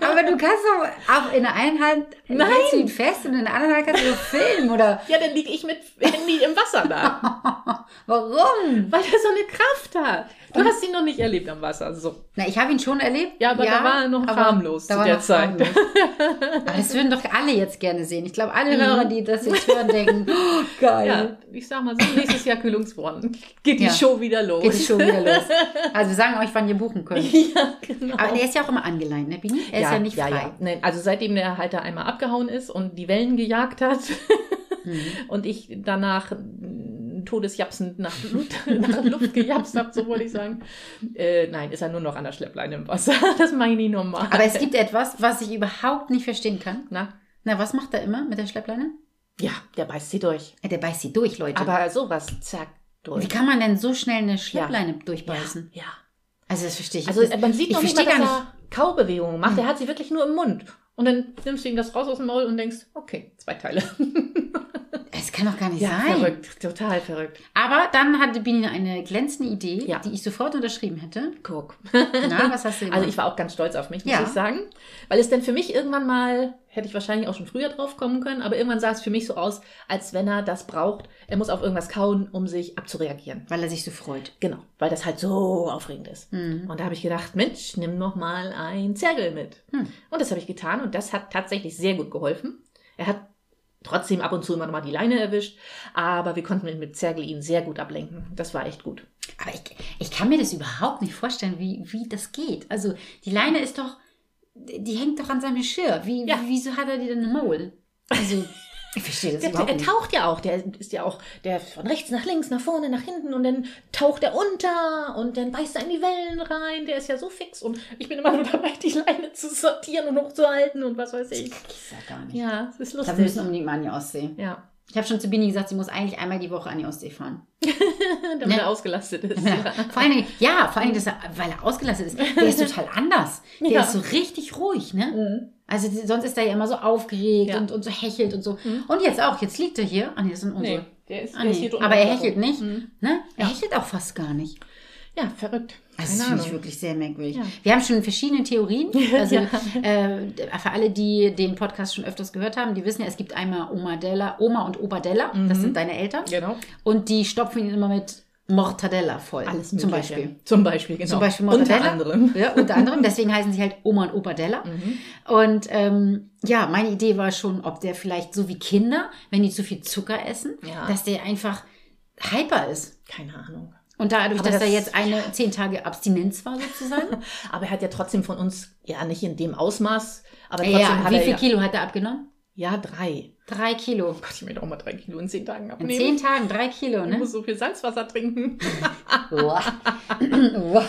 Speaker 1: Aber du kannst doch auch in der einen Hand
Speaker 2: Nein.
Speaker 1: hältst du ihn fest und in der anderen Hand kannst du doch filmen, oder?
Speaker 2: Ja, dann liege ich mit Handy im Wasser da,
Speaker 1: Warum?
Speaker 2: weil er so eine Kraft hat. Du hast ihn noch nicht erlebt am Wasser, so.
Speaker 1: Na, ich habe ihn schon erlebt.
Speaker 2: Ja, aber da war er noch
Speaker 1: aber
Speaker 2: harmlos
Speaker 1: da
Speaker 2: zu
Speaker 1: war
Speaker 2: der
Speaker 1: noch
Speaker 2: Zeit.
Speaker 1: harmlos. Aber das würden doch alle jetzt gerne sehen. Ich glaube, alle Hörer, die das jetzt hören, denken, oh, geil.
Speaker 2: Ja, ich sag mal so, nächstes Jahr Kühlungsbrunnen. Geht die
Speaker 1: Ja.
Speaker 2: Show wieder los.
Speaker 1: Geht die schon wieder los. Also wir sagen euch, wann ihr buchen könnt.
Speaker 2: Ja, genau.
Speaker 1: Aber der ist ja auch immer angeleint, ne, Bini? Er ist ja nicht frei.
Speaker 2: Nein, also seitdem der halt da einmal abgehauen ist und die Wellen gejagt hat
Speaker 1: Mhm.
Speaker 2: und ich danach mm, todesjapsend nach Luft, nach Luft gejapst habe, so wollte ich sagen. Äh, nein, ist er nur noch an der Schleppleine im Wasser. Das meine ich nicht normal.
Speaker 1: Aber es gibt etwas, was ich überhaupt nicht verstehen kann.
Speaker 2: Na?
Speaker 1: Na, was macht er immer mit der Schleppleine?
Speaker 2: Ja, der beißt sie durch.
Speaker 1: Ja, Der beißt sie durch, Leute.
Speaker 2: Aber sowas, zack,
Speaker 1: Wie
Speaker 2: durch.
Speaker 1: kann man denn so schnell eine Schleppleine durchbeißen?
Speaker 2: Ja.
Speaker 1: Also das verstehe ich.
Speaker 2: Also
Speaker 1: das,
Speaker 2: man sieht
Speaker 1: ich
Speaker 2: noch nicht mal,
Speaker 1: verstehe
Speaker 2: dass
Speaker 1: gar
Speaker 2: er Kaubewegungen macht. Er hat sie wirklich nur im Mund. Und dann nimmst du ihm das raus aus dem Maul und denkst, okay, zwei Teile.
Speaker 1: Es kann doch gar nicht sein.
Speaker 2: verrückt, total verrückt.
Speaker 1: Aber dann hatte Bini eine glänzende Idee,
Speaker 2: Ja.
Speaker 1: die ich sofort unterschrieben hätte.
Speaker 2: Guck.
Speaker 1: Na, was hast du gemacht?
Speaker 2: Also ich war auch ganz stolz auf mich, muss
Speaker 1: Genau. Ja.
Speaker 2: ich sagen. Weil es dann für mich irgendwann mal, hätte ich wahrscheinlich auch schon früher drauf kommen können, aber irgendwann sah es für mich so aus, als wenn er das braucht. Er muss auf irgendwas kauen, um sich abzureagieren.
Speaker 1: Weil er sich so freut.
Speaker 2: Genau, weil das halt so aufregend ist.
Speaker 1: Mhm.
Speaker 2: Und da habe ich gedacht, Mensch, nimm noch mal ein Zergel mit.
Speaker 1: Hm.
Speaker 2: Und das habe ich getan und das hat tatsächlich sehr gut geholfen. Er hat trotzdem ab und zu immer noch mal die Leine erwischt, aber wir konnten mit Zergel ihn sehr gut ablenken. Das war echt gut.
Speaker 1: Aber ich, ich kann mir das überhaupt nicht vorstellen, wie, wie das geht. Also die Leine ist doch, die hängt doch an seinem Geschirr. Wie,
Speaker 2: Ja.
Speaker 1: Wieso hat er die denn im Maul? Also ich verstehe das
Speaker 2: Der,
Speaker 1: überhaupt
Speaker 2: der
Speaker 1: nicht.
Speaker 2: taucht ja auch, der ist ja auch, der von rechts nach links, nach vorne, nach hinten und dann taucht er unter und dann beißt er in die Wellen rein. Der ist ja so fix und ich bin immer nur dabei, die Leine zu sortieren und hochzuhalten und was weiß ich.
Speaker 1: Ich sag gar nicht.
Speaker 2: Ja, es ist
Speaker 1: Da
Speaker 2: lustig.
Speaker 1: müssen unbedingt mal an die Ostsee.
Speaker 2: Ja,
Speaker 1: Ich habe schon zu Bini gesagt, sie muss eigentlich einmal die Woche an die Ostsee fahren.
Speaker 2: Damit
Speaker 1: Ne?
Speaker 2: er ausgelastet ist.
Speaker 1: Ja. Vor allen Dingen, ja, vor allen Dingen, dass er, weil er ausgelastet ist. Der ist total anders. Der
Speaker 2: Ja.
Speaker 1: ist so richtig ruhig, ne?
Speaker 2: Mhm.
Speaker 1: Also die- sonst ist er ja immer so aufgeregt
Speaker 2: Ja.
Speaker 1: und, und so hechelt und so.
Speaker 2: Mhm.
Speaker 1: Und jetzt auch, jetzt liegt er hier. Ah nee, das sind unsere.
Speaker 2: Nee, der ist,
Speaker 1: Ah,
Speaker 2: der ist
Speaker 1: nee.
Speaker 2: hier drunter.
Speaker 1: Aber er hechelt nicht.
Speaker 2: Mhm.
Speaker 1: Ne? Er
Speaker 2: Ja.
Speaker 1: hechelt auch fast gar nicht.
Speaker 2: Ja, verrückt.
Speaker 1: Also das finde ich wirklich sehr merkwürdig.
Speaker 2: Ja.
Speaker 1: Wir haben schon verschiedene Theorien. Also
Speaker 2: Ja.
Speaker 1: äh, für alle, die den Podcast schon öfters gehört haben, die wissen ja, es gibt einmal Oma Della, Oma und Opa Della, das
Speaker 2: Mhm.
Speaker 1: sind deine Eltern.
Speaker 2: Genau.
Speaker 1: Und die stopfen ihn immer mit Mortadella voll.
Speaker 2: Alles
Speaker 1: zum
Speaker 2: Mögliche.
Speaker 1: Beispiel.
Speaker 2: Zum Beispiel, genau.
Speaker 1: Zum Beispiel
Speaker 2: Unter
Speaker 1: Mortadella.
Speaker 2: anderem.
Speaker 1: Ja, unter anderem. Deswegen heißen sie halt Oma und Opa Della.
Speaker 2: Mhm.
Speaker 1: Und ähm, ja, meine Idee war schon, ob der vielleicht so wie Kinder, wenn die zu viel Zucker essen,
Speaker 2: Ja.
Speaker 1: dass der einfach hyper ist.
Speaker 2: Keine Ahnung.
Speaker 1: Und dadurch,
Speaker 2: Aber
Speaker 1: dass
Speaker 2: das-
Speaker 1: da jetzt eine zehn Tage Abstinenz war sozusagen.
Speaker 2: Aber er hat ja trotzdem von uns, ja nicht in dem Ausmaß, aber trotzdem
Speaker 1: ja,
Speaker 2: hat
Speaker 1: wie
Speaker 2: er
Speaker 1: viel
Speaker 2: ja,
Speaker 1: Kilo hat er abgenommen?
Speaker 2: ja drei.
Speaker 1: Drei Kilo.
Speaker 2: Gott, ich möchte auch mal drei Kilo in zehn Tagen
Speaker 1: In
Speaker 2: abnehmen.
Speaker 1: zehn Tagen drei Kilo,
Speaker 2: Ich
Speaker 1: ne?
Speaker 2: muss so viel Salzwasser trinken.
Speaker 1: Uah. Uah.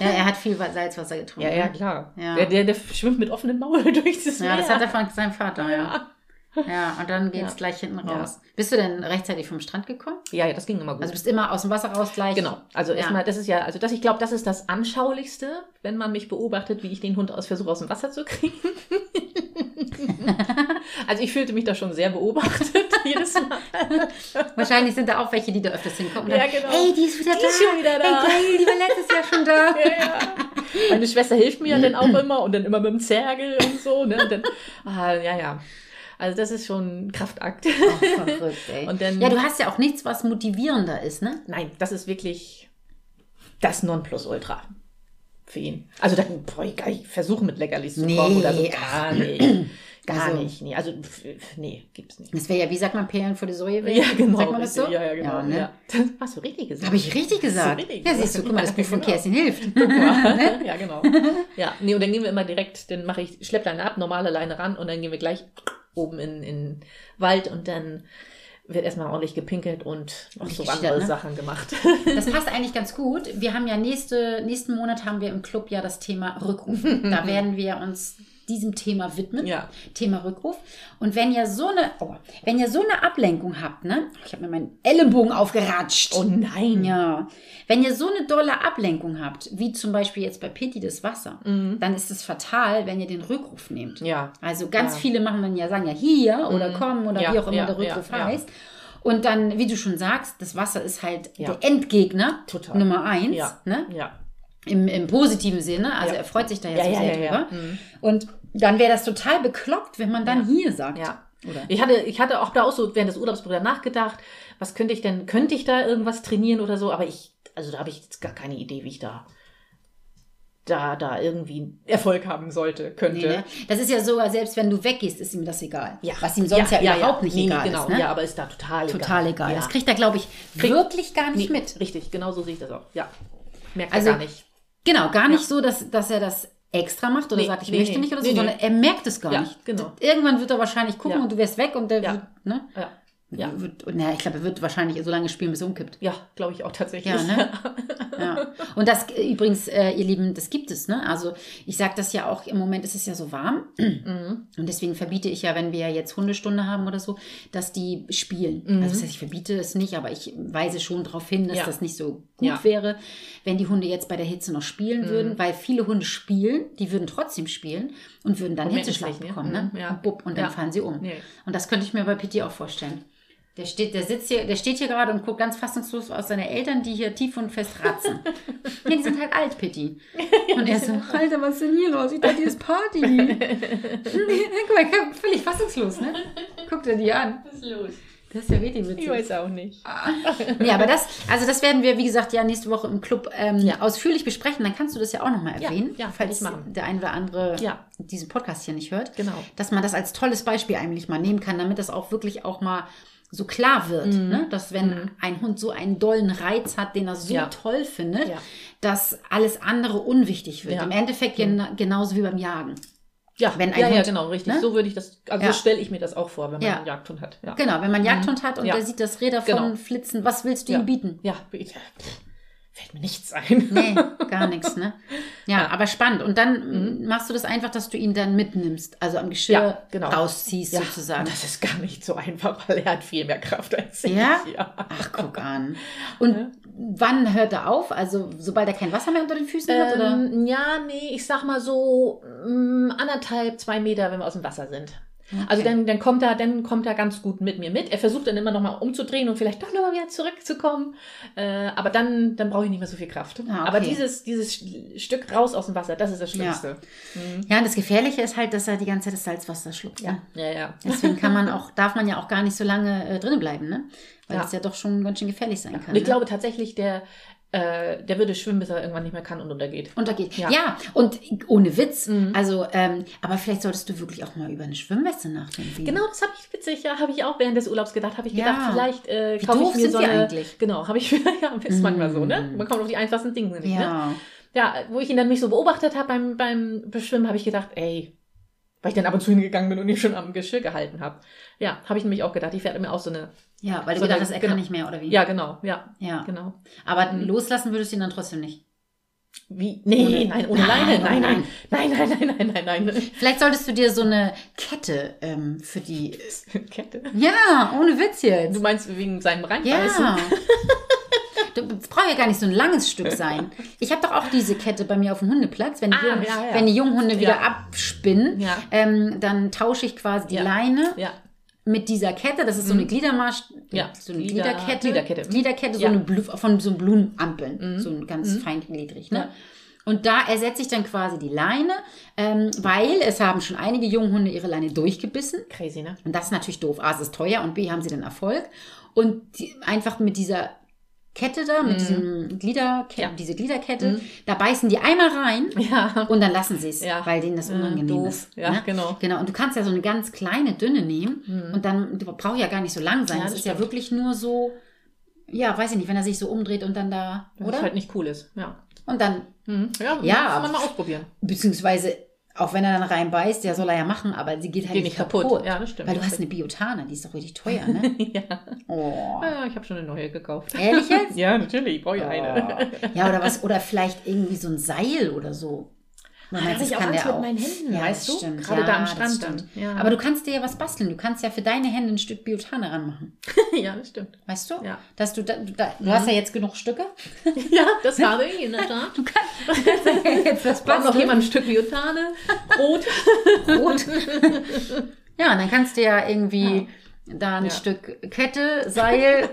Speaker 1: ja, er hat viel Salzwasser getrunken. ne?
Speaker 2: klar.
Speaker 1: Ja.
Speaker 2: Der, der, der schwimmt mit offenem Maul durch das
Speaker 1: ja
Speaker 2: Meer.
Speaker 1: das hat er von seinem Vater, ja.
Speaker 2: ja.
Speaker 1: Ja, und dann geht's
Speaker 2: Ja.
Speaker 1: gleich hinten
Speaker 2: Ja.
Speaker 1: raus. Bist du denn rechtzeitig vom Strand gekommen?
Speaker 2: ja, ja, das ging immer gut.
Speaker 1: Also bist immer aus dem Wasser raus gleich.
Speaker 2: Genau, also
Speaker 1: Ja.
Speaker 2: erstmal, das ist ja, also das, ich glaube, das ist das Anschaulichste, wenn man mich beobachtet, wie ich den Hund aus versuche aus dem Wasser zu kriegen. also ich fühlte mich da schon sehr beobachtet jedes Mal.
Speaker 1: Wahrscheinlich sind da auch welche, die da öfters hinkommen. und
Speaker 2: Ja,
Speaker 1: dann,
Speaker 2: genau.
Speaker 1: Ey, die ist wieder
Speaker 2: Die
Speaker 1: da.
Speaker 2: ist schon wieder da."
Speaker 1: Ey, geil, die war letztes Jahr schon da.
Speaker 2: Ja, ja. Meine Schwester hilft mir ja dann auch immer und dann immer mit dem Zergel und so. Ne? Und dann, ah, ja, ja. Also das ist schon ein Kraftakt.
Speaker 1: Oh, verrückt, ey.
Speaker 2: Und dann-
Speaker 1: ja, du hast ja auch nichts, was motivierender ist, ne?
Speaker 2: Nein, das ist wirklich das Nonplusultra für ihn. Also dann boah, egal, ich versuche mit Leckerlis zu
Speaker 1: Nee,
Speaker 2: kommen oder so.
Speaker 1: ach.
Speaker 2: Gar nicht. Gar
Speaker 1: Also-
Speaker 2: nicht. Nee, also pf, pf, nee, gibt's nicht.
Speaker 1: Das wäre ja, wie sagt man, Perlen vor die Säue?
Speaker 2: Ja, genau.
Speaker 1: Sagt man das so?
Speaker 2: richtig. Ja, ja, genau. Ja,
Speaker 1: ne?
Speaker 2: Das hast du richtig gesagt.
Speaker 1: Habe ich richtig gesagt?
Speaker 2: richtig
Speaker 1: ja,
Speaker 2: gesagt.
Speaker 1: siehst du, guck mal, das Buch von
Speaker 2: Genau.
Speaker 1: Kerstin Ne? hilft.
Speaker 2: Ja, ja, genau. Ja, nee, und dann gehen wir immer direkt, dann mache ich Schleppleine ab, normale Leine ran und dann gehen wir gleich oben in in den Wald und dann wird erstmal ordentlich gepinkelt und noch so
Speaker 1: Richtig,
Speaker 2: andere
Speaker 1: ne?
Speaker 2: Sachen gemacht.
Speaker 1: Das passt eigentlich ganz gut. Wir haben ja nächste, nächsten Monat haben wir im Club ja das Thema Rückruf. Da werden wir uns diesem Thema widmen.
Speaker 2: Ja.
Speaker 1: Thema Rückruf. Und wenn ihr so eine, oh, wenn ihr so eine Ablenkung habt, ne? Ich habe mir meinen Ellenbogen aufgeratscht.
Speaker 2: Oh nein.
Speaker 1: Ja, wenn ihr so eine dolle Ablenkung habt, wie zum Beispiel jetzt bei Pitti das Wasser, dann ist es fatal, wenn ihr den Rückruf nehmt.
Speaker 2: Mhm. Ja.
Speaker 1: Also ganz
Speaker 2: Ja.
Speaker 1: viele machen dann ja, sagen ja hier oder
Speaker 2: Mhm.
Speaker 1: kommen oder
Speaker 2: Ja,
Speaker 1: wie auch immer
Speaker 2: ja,
Speaker 1: der Rückruf
Speaker 2: ja, ja.
Speaker 1: heißt. Und dann, wie du schon sagst, das Wasser ist halt
Speaker 2: Ja.
Speaker 1: der Endgegner
Speaker 2: Total.
Speaker 1: Nummer eins,
Speaker 2: Ja.
Speaker 1: ne?
Speaker 2: Ja.
Speaker 1: Im, im positiven Sinne. Also
Speaker 2: Ja.
Speaker 1: er freut sich da jetzt
Speaker 2: Ja,
Speaker 1: auch
Speaker 2: ja,
Speaker 1: sehr
Speaker 2: ja, ja. Mhm.
Speaker 1: drüber. Und dann wäre das total bekloppt, wenn man dann hier sagt.
Speaker 2: Ja.
Speaker 1: Oder?
Speaker 2: Ich hatte, ich hatte auch da auch so während des Urlaubs drüber nachgedacht, was könnte ich denn, könnte ich da irgendwas trainieren oder so, aber ich, also da habe ich jetzt gar keine Idee, wie ich da, da, da irgendwie Erfolg haben sollte, könnte.
Speaker 1: Nee, ne? Das ist ja sogar, selbst wenn du weggehst, ist ihm das egal.
Speaker 2: Ja.
Speaker 1: Was ihm sonst ja, überhaupt nicht
Speaker 2: Nee, nee,
Speaker 1: egal
Speaker 2: genau.
Speaker 1: ist. Ne?
Speaker 2: Ja, aber ist da total egal.
Speaker 1: Total egal.
Speaker 2: Ja.
Speaker 1: Das kriegt er, glaube ich,
Speaker 2: Kriegt-
Speaker 1: wirklich gar nicht
Speaker 2: Nee,
Speaker 1: mit.
Speaker 2: Richtig, genau so sehe ich das auch. Ja. Merkt
Speaker 1: Also-
Speaker 2: er gar nicht.
Speaker 1: Genau, gar nicht so, dass, dass er das extra macht oder
Speaker 2: Nee,
Speaker 1: sagt, ich
Speaker 2: nee,
Speaker 1: möchte
Speaker 2: nee.
Speaker 1: nicht oder so,
Speaker 2: Nee, nee.
Speaker 1: sondern er merkt es gar
Speaker 2: Ja,
Speaker 1: nicht.
Speaker 2: genau.
Speaker 1: Irgendwann wird er wahrscheinlich gucken
Speaker 2: Ja.
Speaker 1: und du wärst weg und der
Speaker 2: Ja.
Speaker 1: wird, ne?
Speaker 2: Ja. Ja,
Speaker 1: Wird, naja, ich glaube, er wird wahrscheinlich so lange spielen, bis er umkippt.
Speaker 2: ja glaube ich auch tatsächlich.
Speaker 1: Ja, ne? Ja. Und das äh, übrigens, äh, ihr Lieben, das gibt es, ne? Also ich sage das ja auch, im Moment ist es ja so warm.
Speaker 2: Mhm.
Speaker 1: Und deswegen verbiete ich ja, wenn wir jetzt Hundestunde haben oder so, dass die spielen. Also das heißt, ich verbiete es nicht, aber ich weise schon darauf hin, dass
Speaker 2: Mhm. Ja.
Speaker 1: das nicht so gut
Speaker 2: Ja. Mhm.
Speaker 1: wäre, wenn die Hunde jetzt bei der Hitze noch spielen würden, weil viele Hunde spielen, die würden trotzdem spielen und würden dann
Speaker 2: Und merken
Speaker 1: Hitzeschlag
Speaker 2: es nicht, ne?
Speaker 1: bekommen, ne?
Speaker 2: Mhm, ja.
Speaker 1: Und bupp, und dann
Speaker 2: Ja.
Speaker 1: fallen sie um.
Speaker 2: Nee.
Speaker 1: Und das könnte ich mir bei Pitti auch vorstellen. Der steht, der sitzt hier, der steht hier gerade und guckt ganz fassungslos aus seine Eltern, die hier tief und fest ratzen. ja, die sind halt alt, Pitti. Und er so, Alter, was ist denn hier los? Ich dachte, hier ist Party. Guck mal, guck, völlig fassungslos, ne? Guckt er die an.
Speaker 2: Was ist los?
Speaker 1: Das ist ja wirklich witzig.
Speaker 2: Ich weiß auch nicht.
Speaker 1: Nee, aber das, also das werden wir, wie gesagt, ja nächste Woche im Club ähm,
Speaker 2: Ja.
Speaker 1: ausführlich besprechen. Dann kannst du das ja auch nochmal
Speaker 2: Ja,
Speaker 1: erwähnen,
Speaker 2: ja,
Speaker 1: falls
Speaker 2: kann ich machen.
Speaker 1: der ein oder andere
Speaker 2: Ja.
Speaker 1: diesen Podcast hier nicht hört.
Speaker 2: Genau.
Speaker 1: Dass man das als tolles Beispiel eigentlich mal nehmen kann, damit das auch wirklich auch mal so klar wird,
Speaker 2: Mhm.
Speaker 1: ne? dass wenn ein Hund so einen dollen Reiz hat, den er so
Speaker 2: Ja.
Speaker 1: toll findet,
Speaker 2: Ja.
Speaker 1: dass alles andere unwichtig wird.
Speaker 2: Ja. Mhm.
Speaker 1: Im Endeffekt gena genauso wie beim Jagen.
Speaker 2: Ja,
Speaker 1: Wenn ein
Speaker 2: ja, ja,
Speaker 1: Hund-
Speaker 2: genau, richtig.
Speaker 1: ne?
Speaker 2: So würde ich das, also
Speaker 1: Ja.
Speaker 2: so stelle ich mir das auch vor, wenn man
Speaker 1: Ja.
Speaker 2: einen Jagdhund hat. Ja.
Speaker 1: Genau, wenn man Jagdhund hat und
Speaker 2: Mhm. Ja.
Speaker 1: der sieht das Räder von
Speaker 2: Genau.
Speaker 1: Flitzen, was willst du
Speaker 2: ja.
Speaker 1: ihm bieten?
Speaker 2: Ja, bitte. Fällt mir nichts ein.
Speaker 1: Nee, gar nichts, ne? Ja, aber spannend. Und dann mm, machst du das einfach, dass du ihn dann mitnimmst, also am Geschirr
Speaker 2: Mhm. Ja, genau.
Speaker 1: rausziehst
Speaker 2: Ja,
Speaker 1: sozusagen.
Speaker 2: Das ist gar nicht so einfach, weil er hat viel mehr Kraft als ich.
Speaker 1: Ja?
Speaker 2: ja.
Speaker 1: Ach, guck an. Und wann hört er auf? Also, sobald er kein Wasser mehr unter den Füßen hat, oder?
Speaker 2: Ähm, ja, nee, ich sag mal so mm, anderthalb, zwei Meter, wenn wir aus dem Wasser sind. Also
Speaker 1: Okay.
Speaker 2: dann, dann kommt er, dann kommt er ganz gut mit mir mit. Er versucht dann immer nochmal umzudrehen und vielleicht doch nochmal wieder zurückzukommen. Äh, aber dann, dann brauche ich nicht mehr so viel Kraft.
Speaker 1: Ah, okay.
Speaker 2: Aber dieses, dieses Sch- Stück raus aus dem Wasser, das ist das Schlimmste. Mhm.
Speaker 1: Ja, und das Gefährliche ist halt, dass er die ganze Zeit das Salzwasser schluckt. Ne?
Speaker 2: ja, ja.
Speaker 1: Deswegen kann man auch, darf man ja auch gar nicht so lange äh, drinnen bleiben, ne? Weil
Speaker 2: Ja.
Speaker 1: es ja doch schon ganz schön gefährlich sein kann.
Speaker 2: Und ich
Speaker 1: ne?
Speaker 2: glaube tatsächlich, der, äh, der würde schwimmen, bis er irgendwann nicht mehr kann und untergeht.
Speaker 1: Untergeht. Ja.
Speaker 2: Ja.
Speaker 1: ja, und ohne Witz.
Speaker 2: Mhm.
Speaker 1: Also, ähm, aber vielleicht solltest du wirklich auch mal über eine Schwimmweste nachdenken.
Speaker 2: Genau, das habe ich witzig, ja, habe ich auch während des Urlaubs gedacht, habe ich
Speaker 1: Ja.
Speaker 2: gedacht, vielleicht äh,
Speaker 1: Wie
Speaker 2: kaufe
Speaker 1: doof
Speaker 2: ich mir
Speaker 1: sind
Speaker 2: so
Speaker 1: wir
Speaker 2: eine,
Speaker 1: eigentlich?
Speaker 2: genau, habe ich ja, ist
Speaker 1: Mm.
Speaker 2: manchmal so, ne? Man kommt auf die einfachsten Dinge nicht, ne?
Speaker 1: Ja.
Speaker 2: Ja, wo ich ihn dann mich so beobachtet habe beim beim Schwimmen, habe ich gedacht, ey, weil ich dann ab und zu hingegangen bin und ihn schon am Geschirr gehalten habe. Ja, habe ich nämlich auch gedacht, ich werde mir auch so eine
Speaker 1: Ja, weil du
Speaker 2: Sondern-
Speaker 1: gedacht hast, er kann
Speaker 2: genau.
Speaker 1: nicht mehr, oder wie?
Speaker 2: Ja, genau, ja,
Speaker 1: ja.
Speaker 2: genau.
Speaker 1: Aber
Speaker 2: Mhm.
Speaker 1: loslassen würdest du ihn dann trotzdem nicht.
Speaker 2: Wie nee,
Speaker 1: Ohne-
Speaker 2: nein, ohne
Speaker 1: Nein,
Speaker 2: Leine,
Speaker 1: oh
Speaker 2: nein,
Speaker 1: nein.
Speaker 2: nein, nein, nein, nein, nein, nein, nein.
Speaker 1: Vielleicht solltest du dir so eine Kette ähm, für die.
Speaker 2: Kette.
Speaker 1: Ja, ohne Witz
Speaker 2: Du
Speaker 1: jetzt.
Speaker 2: meinst wegen seinem Reinbeißen?
Speaker 1: Ja. Du- Das braucht ja gar nicht so ein langes Stück sein. Ich habe doch auch diese Kette bei mir auf dem Hundeplatz. Wenn die,
Speaker 2: Ah,
Speaker 1: Jungen,
Speaker 2: ja, ja.
Speaker 1: Wenn die Junghunde wieder
Speaker 2: Ja.
Speaker 1: abspinnen,
Speaker 2: Ja.
Speaker 1: ähm, dann tausche ich quasi die
Speaker 2: Ja.
Speaker 1: Leine
Speaker 2: Ja. Mhm.
Speaker 1: mit dieser Kette. Das ist so eine Gliedermarsch,
Speaker 2: Ja.
Speaker 1: so eine
Speaker 2: Glieder-
Speaker 1: Gliederkette.
Speaker 2: Gliederkette. Mhm.
Speaker 1: Gliederkette, so
Speaker 2: Ja.
Speaker 1: eine Blu von so einem Blumenampeln,
Speaker 2: Mhm.
Speaker 1: so ein ganz
Speaker 2: Mhm.
Speaker 1: feingliedrig. Ne?
Speaker 2: Ja.
Speaker 1: Und da ersetze ich dann quasi die Leine, ähm, weil es haben schon einige Junghunde ihre Leine durchgebissen.
Speaker 2: Crazy, ne?
Speaker 1: Und das ist natürlich doof. A, es ist teuer und B, haben sie dann Erfolg. Und die, einfach mit dieser Kette da, mit
Speaker 2: Mhm.
Speaker 1: diesem Gliederkette,
Speaker 2: Ja.
Speaker 1: diese Gliederkette,
Speaker 2: Mhm.
Speaker 1: da beißen die einmal rein
Speaker 2: Ja.
Speaker 1: und dann lassen sie es,
Speaker 2: Ja.
Speaker 1: weil denen das
Speaker 2: Äh,
Speaker 1: unangenehm
Speaker 2: doof.
Speaker 1: ist.
Speaker 2: Ja,
Speaker 1: ne?
Speaker 2: genau. Mhm.
Speaker 1: Genau, und du kannst ja so eine ganz kleine, dünne nehmen und dann die braucht ja gar nicht so lang sein.
Speaker 2: Ja,
Speaker 1: das
Speaker 2: das
Speaker 1: ist ja
Speaker 2: stimmt.
Speaker 1: wirklich nur so, ja, weiß ich nicht, wenn er sich so umdreht und dann da,
Speaker 2: Was
Speaker 1: oder?
Speaker 2: halt nicht cool ist, ja.
Speaker 1: Und dann,
Speaker 2: Mhm. Ja,
Speaker 1: Ja.
Speaker 2: kann man mal ausprobieren.
Speaker 1: beziehungsweise, auch wenn er dann reinbeißt, ja, soll er ja machen, aber sie geht halt
Speaker 2: Geht nicht kaputt. Ja, das stimmt.
Speaker 1: Weil du hast eine Biotane, die ist doch richtig teuer, ne?
Speaker 2: ja.
Speaker 1: Oh.
Speaker 2: Ah, ich habe schon eine neue gekauft.
Speaker 1: Ehrlich jetzt?
Speaker 2: Ja, natürlich, ich brauche ja eine.
Speaker 1: Oh. Ja, oder was? Oder vielleicht irgendwie so ein Seil oder so. Man
Speaker 2: Ah, Da
Speaker 1: meint,
Speaker 2: hab ich auch Angst mit meinen Händen,
Speaker 1: Ja,
Speaker 2: weißt
Speaker 1: das
Speaker 2: du?
Speaker 1: Stimmt.
Speaker 2: Gerade
Speaker 1: ja,
Speaker 2: da am
Speaker 1: das
Speaker 2: Strand
Speaker 1: stimmt.
Speaker 2: dann. Ja.
Speaker 1: Aber du kannst dir ja was basteln. Du kannst ja für deine Hände ein Stück Biotane ranmachen.
Speaker 2: ja, das stimmt.
Speaker 1: Weißt du?
Speaker 2: Ja. Mhm.
Speaker 1: Dass du, da, du, da, du hast ja jetzt genug Stücke.
Speaker 2: Ja, das habe ich in der Tat.
Speaker 1: Du kannst, du kannst ja jetzt was
Speaker 2: Braucht noch
Speaker 1: basteln.
Speaker 2: jemand ein Stück Biotane, Brot.
Speaker 1: Brot. Ja, und dann kannst du ja irgendwie da ein
Speaker 2: Ja.
Speaker 1: Stück Kette, Seil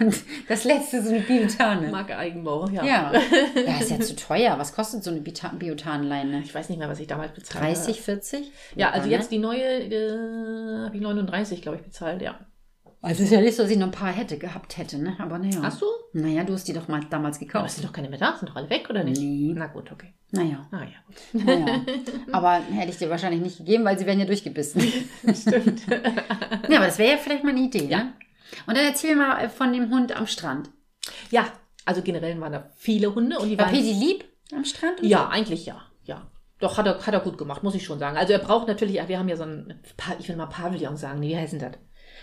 Speaker 1: und das letzte so eine Biotane.
Speaker 2: Marke Eigenbau, ja.
Speaker 1: Ja. ja, ist ja zu teuer. Was kostet so eine Bita- Biotanleine?
Speaker 2: Ich weiß nicht mehr, was ich damals bezahlt habe.
Speaker 1: 30, 40?
Speaker 2: Ja, also
Speaker 1: ne?
Speaker 2: jetzt die neue äh, habe ich 39, glaube ich, bezahlt, ja.
Speaker 1: Also es ist ja nicht so, dass ich noch ein paar hätte, gehabt hätte, ne? Aber naja.
Speaker 2: Hast du?
Speaker 1: Naja, du hast die doch mal damals
Speaker 2: Aber es
Speaker 1: gekauft.
Speaker 2: sind doch keine mehr da, sind doch alle weg, oder nicht?
Speaker 1: Nee.
Speaker 2: Na gut, okay.
Speaker 1: Naja,
Speaker 2: Ah ja, gut.
Speaker 1: naja. Aber hätte ich dir wahrscheinlich nicht gegeben, weil sie werden ja durchgebissen.
Speaker 2: Stimmt.
Speaker 1: ja, aber das wäre ja vielleicht mal eine Idee,
Speaker 2: Ja.
Speaker 1: ne? Und dann erzähl mal äh, von dem Hund am Strand.
Speaker 2: ja, also generell waren da viele Hunde und die
Speaker 1: War
Speaker 2: waren.
Speaker 1: Pedi lieb am Strand? und
Speaker 2: Ja, eigentlich ja. Ja. Doch, hat er, hat er gut gemacht, muss ich schon sagen. Also er braucht natürlich, wir haben ja so ein, Pa- ich will mal Pavillon sagen, nee, wie heißen das?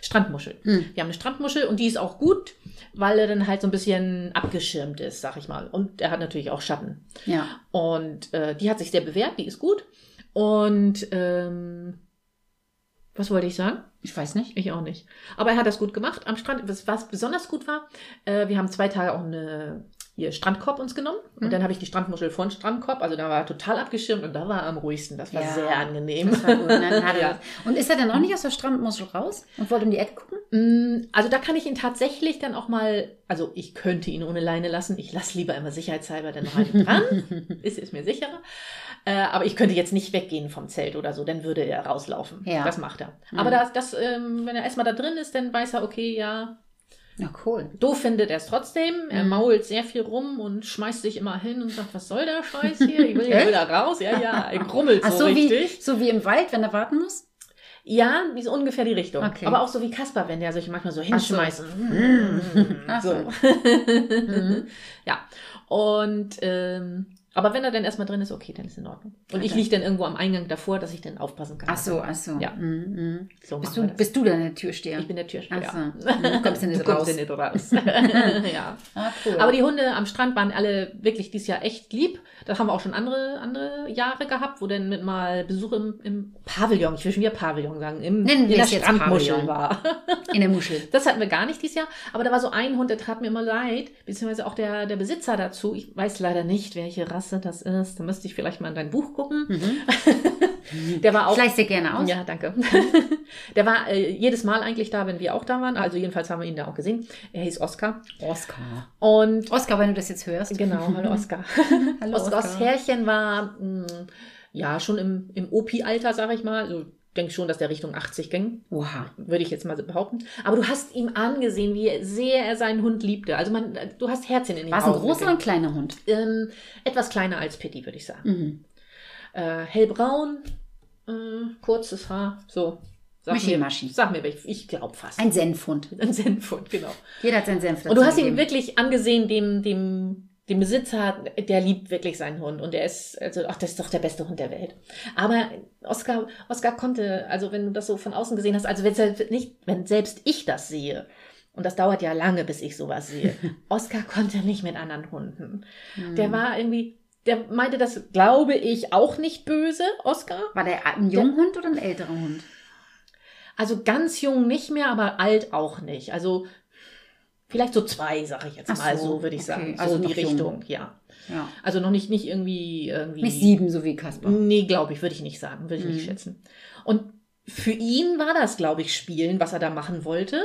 Speaker 2: Strandmuschel.
Speaker 1: Hm.
Speaker 2: Wir haben eine Strandmuschel und die ist auch gut, weil er dann halt so ein bisschen abgeschirmt ist, sag ich mal. Und er hat natürlich auch Schatten.
Speaker 1: so? Ja.
Speaker 2: Und äh, die hat sich sehr bewährt, die ist gut. Und ähm, was wollte ich sagen?
Speaker 1: Ich weiß nicht.
Speaker 2: Ich auch nicht. Aber er hat das gut gemacht am Strand. Was, was besonders gut war, äh, wir haben zwei Tage auch eine, hier Strandkorb uns genommen. Und
Speaker 1: Mhm.
Speaker 2: dann habe ich die Strandmuschel von Strandkorb. Also da war er total abgeschirmt und da war er am ruhigsten. Das war
Speaker 1: Ja.
Speaker 2: sehr angenehm.
Speaker 1: Das war gut, ne? Dann hat er
Speaker 2: Ja.
Speaker 1: das. Und ist er dann auch nicht aus der Strandmuschel raus und wollte um die Ecke gucken?
Speaker 2: Mm, Also da kann ich ihn tatsächlich dann auch mal, also ich könnte ihn ohne Leine lassen. Ich lasse lieber immer sicherheitshalber dann noch einen dran. ist es mir sicherer. Äh, aber ich könnte jetzt nicht weggehen vom Zelt oder so, dann würde er rauslaufen.
Speaker 1: Ja.
Speaker 2: Das macht er.
Speaker 1: Mhm.
Speaker 2: Aber das, das, ähm, wenn er erstmal da drin ist, dann weiß er, okay, ja,
Speaker 1: Na cool.
Speaker 2: Doof findet er es trotzdem. Er
Speaker 1: Mhm.
Speaker 2: mault sehr viel rum und schmeißt sich immer hin und sagt, was soll der Scheiß hier? Ich will
Speaker 1: Echt?
Speaker 2: hier wieder raus. Ja, ja, er grummelt so,
Speaker 1: Ach so, wie,
Speaker 2: richtig.
Speaker 1: so wie im Wald, wenn er warten muss?
Speaker 2: Ja, ist ungefähr die Richtung.
Speaker 1: Okay.
Speaker 2: Aber auch so wie Kasper, wenn der sich manchmal so
Speaker 1: so.
Speaker 2: hinschmeißt.
Speaker 1: Ach
Speaker 2: So.
Speaker 1: so. Mhm.
Speaker 2: ja. Und ähm, Aber wenn er dann erstmal drin ist, okay, dann ist in Ordnung. Und ich liege dann irgendwo am Eingang davor, dass ich dann aufpassen kann.
Speaker 1: Ach so, ach so.
Speaker 2: Ja.
Speaker 1: Mhm, mhm.
Speaker 2: So
Speaker 1: Bist, du,
Speaker 2: machen wir das.
Speaker 1: bist du dann der Türsteher?
Speaker 2: Ich bin der Türsteher.
Speaker 1: Ach so. Mhm, kommst du nicht raus.
Speaker 2: ja nicht raus. ja.
Speaker 1: ah, cool.
Speaker 2: Aber die Hunde am Strand waren alle wirklich dieses Jahr echt lieb. Das haben wir auch schon andere, andere Jahre gehabt, wo dann mit mal Besuch im, im Pavillon, ich will schon wieder Pavillon sagen, im,
Speaker 1: Nennen
Speaker 2: in
Speaker 1: wir
Speaker 2: der
Speaker 1: es jetzt
Speaker 2: Strandmuschel
Speaker 1: Pavillon.
Speaker 2: war.
Speaker 1: in der Muschel.
Speaker 2: Das hatten wir gar nicht dieses Jahr, aber da war so ein Hund, der tat mir immer leid, beziehungsweise auch der, der Besitzer dazu. Ich weiß leider nicht, welche Rasse das ist. Da müsste ich vielleicht mal in dein Buch gucken.
Speaker 1: Mhm. Hm.
Speaker 2: Der war auch.
Speaker 1: Gleich sehr gerne aus.
Speaker 2: Ja, danke. der war äh, jedes Mal eigentlich da, wenn wir auch da waren. Also jedenfalls haben wir ihn da auch gesehen. Er hieß Oskar.
Speaker 1: Oscar.
Speaker 2: Und
Speaker 1: Oscar, wenn du das jetzt hörst.
Speaker 2: Genau, hallo Oskar.
Speaker 1: Hallo
Speaker 2: Oskars
Speaker 1: Oscar.
Speaker 2: Herrchen war mh, ja schon im, im OP-Alter, sag ich mal. Also denke schon, dass der Richtung 80 ging,
Speaker 1: Oha.
Speaker 2: würde ich jetzt mal so behaupten. Aber du hast ihm angesehen, wie sehr er seinen Hund liebte. Also man, du hast Herzchen in den
Speaker 1: War es ein
Speaker 2: Augen.
Speaker 1: großer oder ein
Speaker 2: gesehen.
Speaker 1: kleiner Hund?
Speaker 2: Ähm, etwas kleiner als Pitti, würde ich sagen.
Speaker 1: Mhm.
Speaker 2: Äh, hellbraun, äh, kurzes Haar, so. Sag
Speaker 1: Mischi
Speaker 2: mir,
Speaker 1: Maschi.
Speaker 2: Sag mir, ich, ich glaube fast.
Speaker 1: Ein Senfhund.
Speaker 2: ein Senfhund, genau.
Speaker 1: Jeder hat seinen Senf
Speaker 2: Und du hast ihn
Speaker 1: dazugegeben.
Speaker 2: wirklich angesehen, dem, dem, dem Besitzer, der liebt wirklich seinen Hund und der ist, also, ach, das ist doch der beste Hund der Welt. Aber Oskar, Oskar konnte, also wenn du das so von außen gesehen hast, also wenn selbst nicht, wenn selbst ich das sehe, und das dauert ja lange, bis ich sowas sehe, Oskar konnte nicht mit anderen Hunden.
Speaker 1: Mhm.
Speaker 2: Der war irgendwie, der meinte das, glaube ich, auch nicht böse, Oskar.
Speaker 1: War der ein Junghund oder ein älterer Hund?
Speaker 2: Also ganz jung nicht mehr, aber alt auch nicht. Also vielleicht so zwei, sage ich jetzt
Speaker 1: Ach
Speaker 2: mal,
Speaker 1: so,
Speaker 2: so, würde ich
Speaker 1: okay.
Speaker 2: sagen.
Speaker 1: Also
Speaker 2: Also in die
Speaker 1: noch jung.
Speaker 2: Richtung, ja.
Speaker 1: Ja.
Speaker 2: Also noch nicht, nicht irgendwie. irgendwie
Speaker 1: Nicht sieben, so wie Kasper.
Speaker 2: Nee, glaube ich, würde ich nicht sagen, würde ich
Speaker 1: Mhm.
Speaker 2: nicht schätzen. Und für ihn war das, glaube ich, Spielen, was er da machen wollte.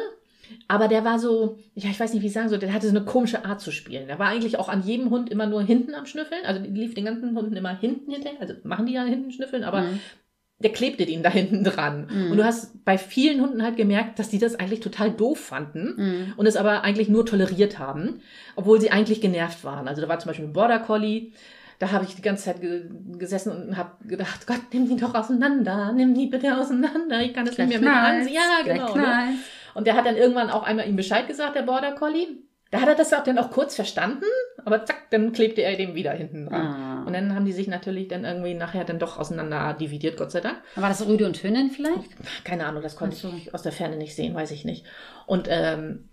Speaker 2: Aber der war so, ja, ich weiß nicht, wie ich sagen soll, der hatte so eine komische Art zu spielen. Der war eigentlich auch an jedem Hund immer nur hinten am Schnüffeln. Also die lief den ganzen Hunden immer hinten hinterher. Also machen die ja hinten Schnüffeln, aber
Speaker 1: Mhm.
Speaker 2: der klebte den da hinten dran.
Speaker 1: Mhm.
Speaker 2: Und du hast bei vielen Hunden halt gemerkt, dass die das eigentlich total doof fanden
Speaker 1: Mhm.
Speaker 2: und es aber eigentlich nur toleriert haben, obwohl sie eigentlich genervt waren. Also da war zum Beispiel ein Border Collie, da habe ich die ganze Zeit ge gesessen und habe gedacht, Gott, nimm die doch auseinander, nimm die bitte auseinander, ich kann das
Speaker 1: Gleich
Speaker 2: nicht mehr mit
Speaker 1: knallt's,
Speaker 2: ansehen. Ja,
Speaker 1: gleich
Speaker 2: genau. Ne?
Speaker 1: knallt's.
Speaker 2: Und der hat dann irgendwann auch einmal ihm Bescheid gesagt, der Border Collie. Da hat er das auch dann auch kurz verstanden, aber zack, dann klebte er dem wieder hinten dran.
Speaker 1: Ah.
Speaker 2: Und dann haben die sich natürlich dann irgendwie nachher dann doch auseinander dividiert, Gott sei Dank.
Speaker 1: War das Rüde und Hündin vielleicht?
Speaker 2: Keine Ahnung, das konnte
Speaker 1: Ach so.
Speaker 2: ich aus der Ferne nicht sehen, weiß ich nicht. Und ähm,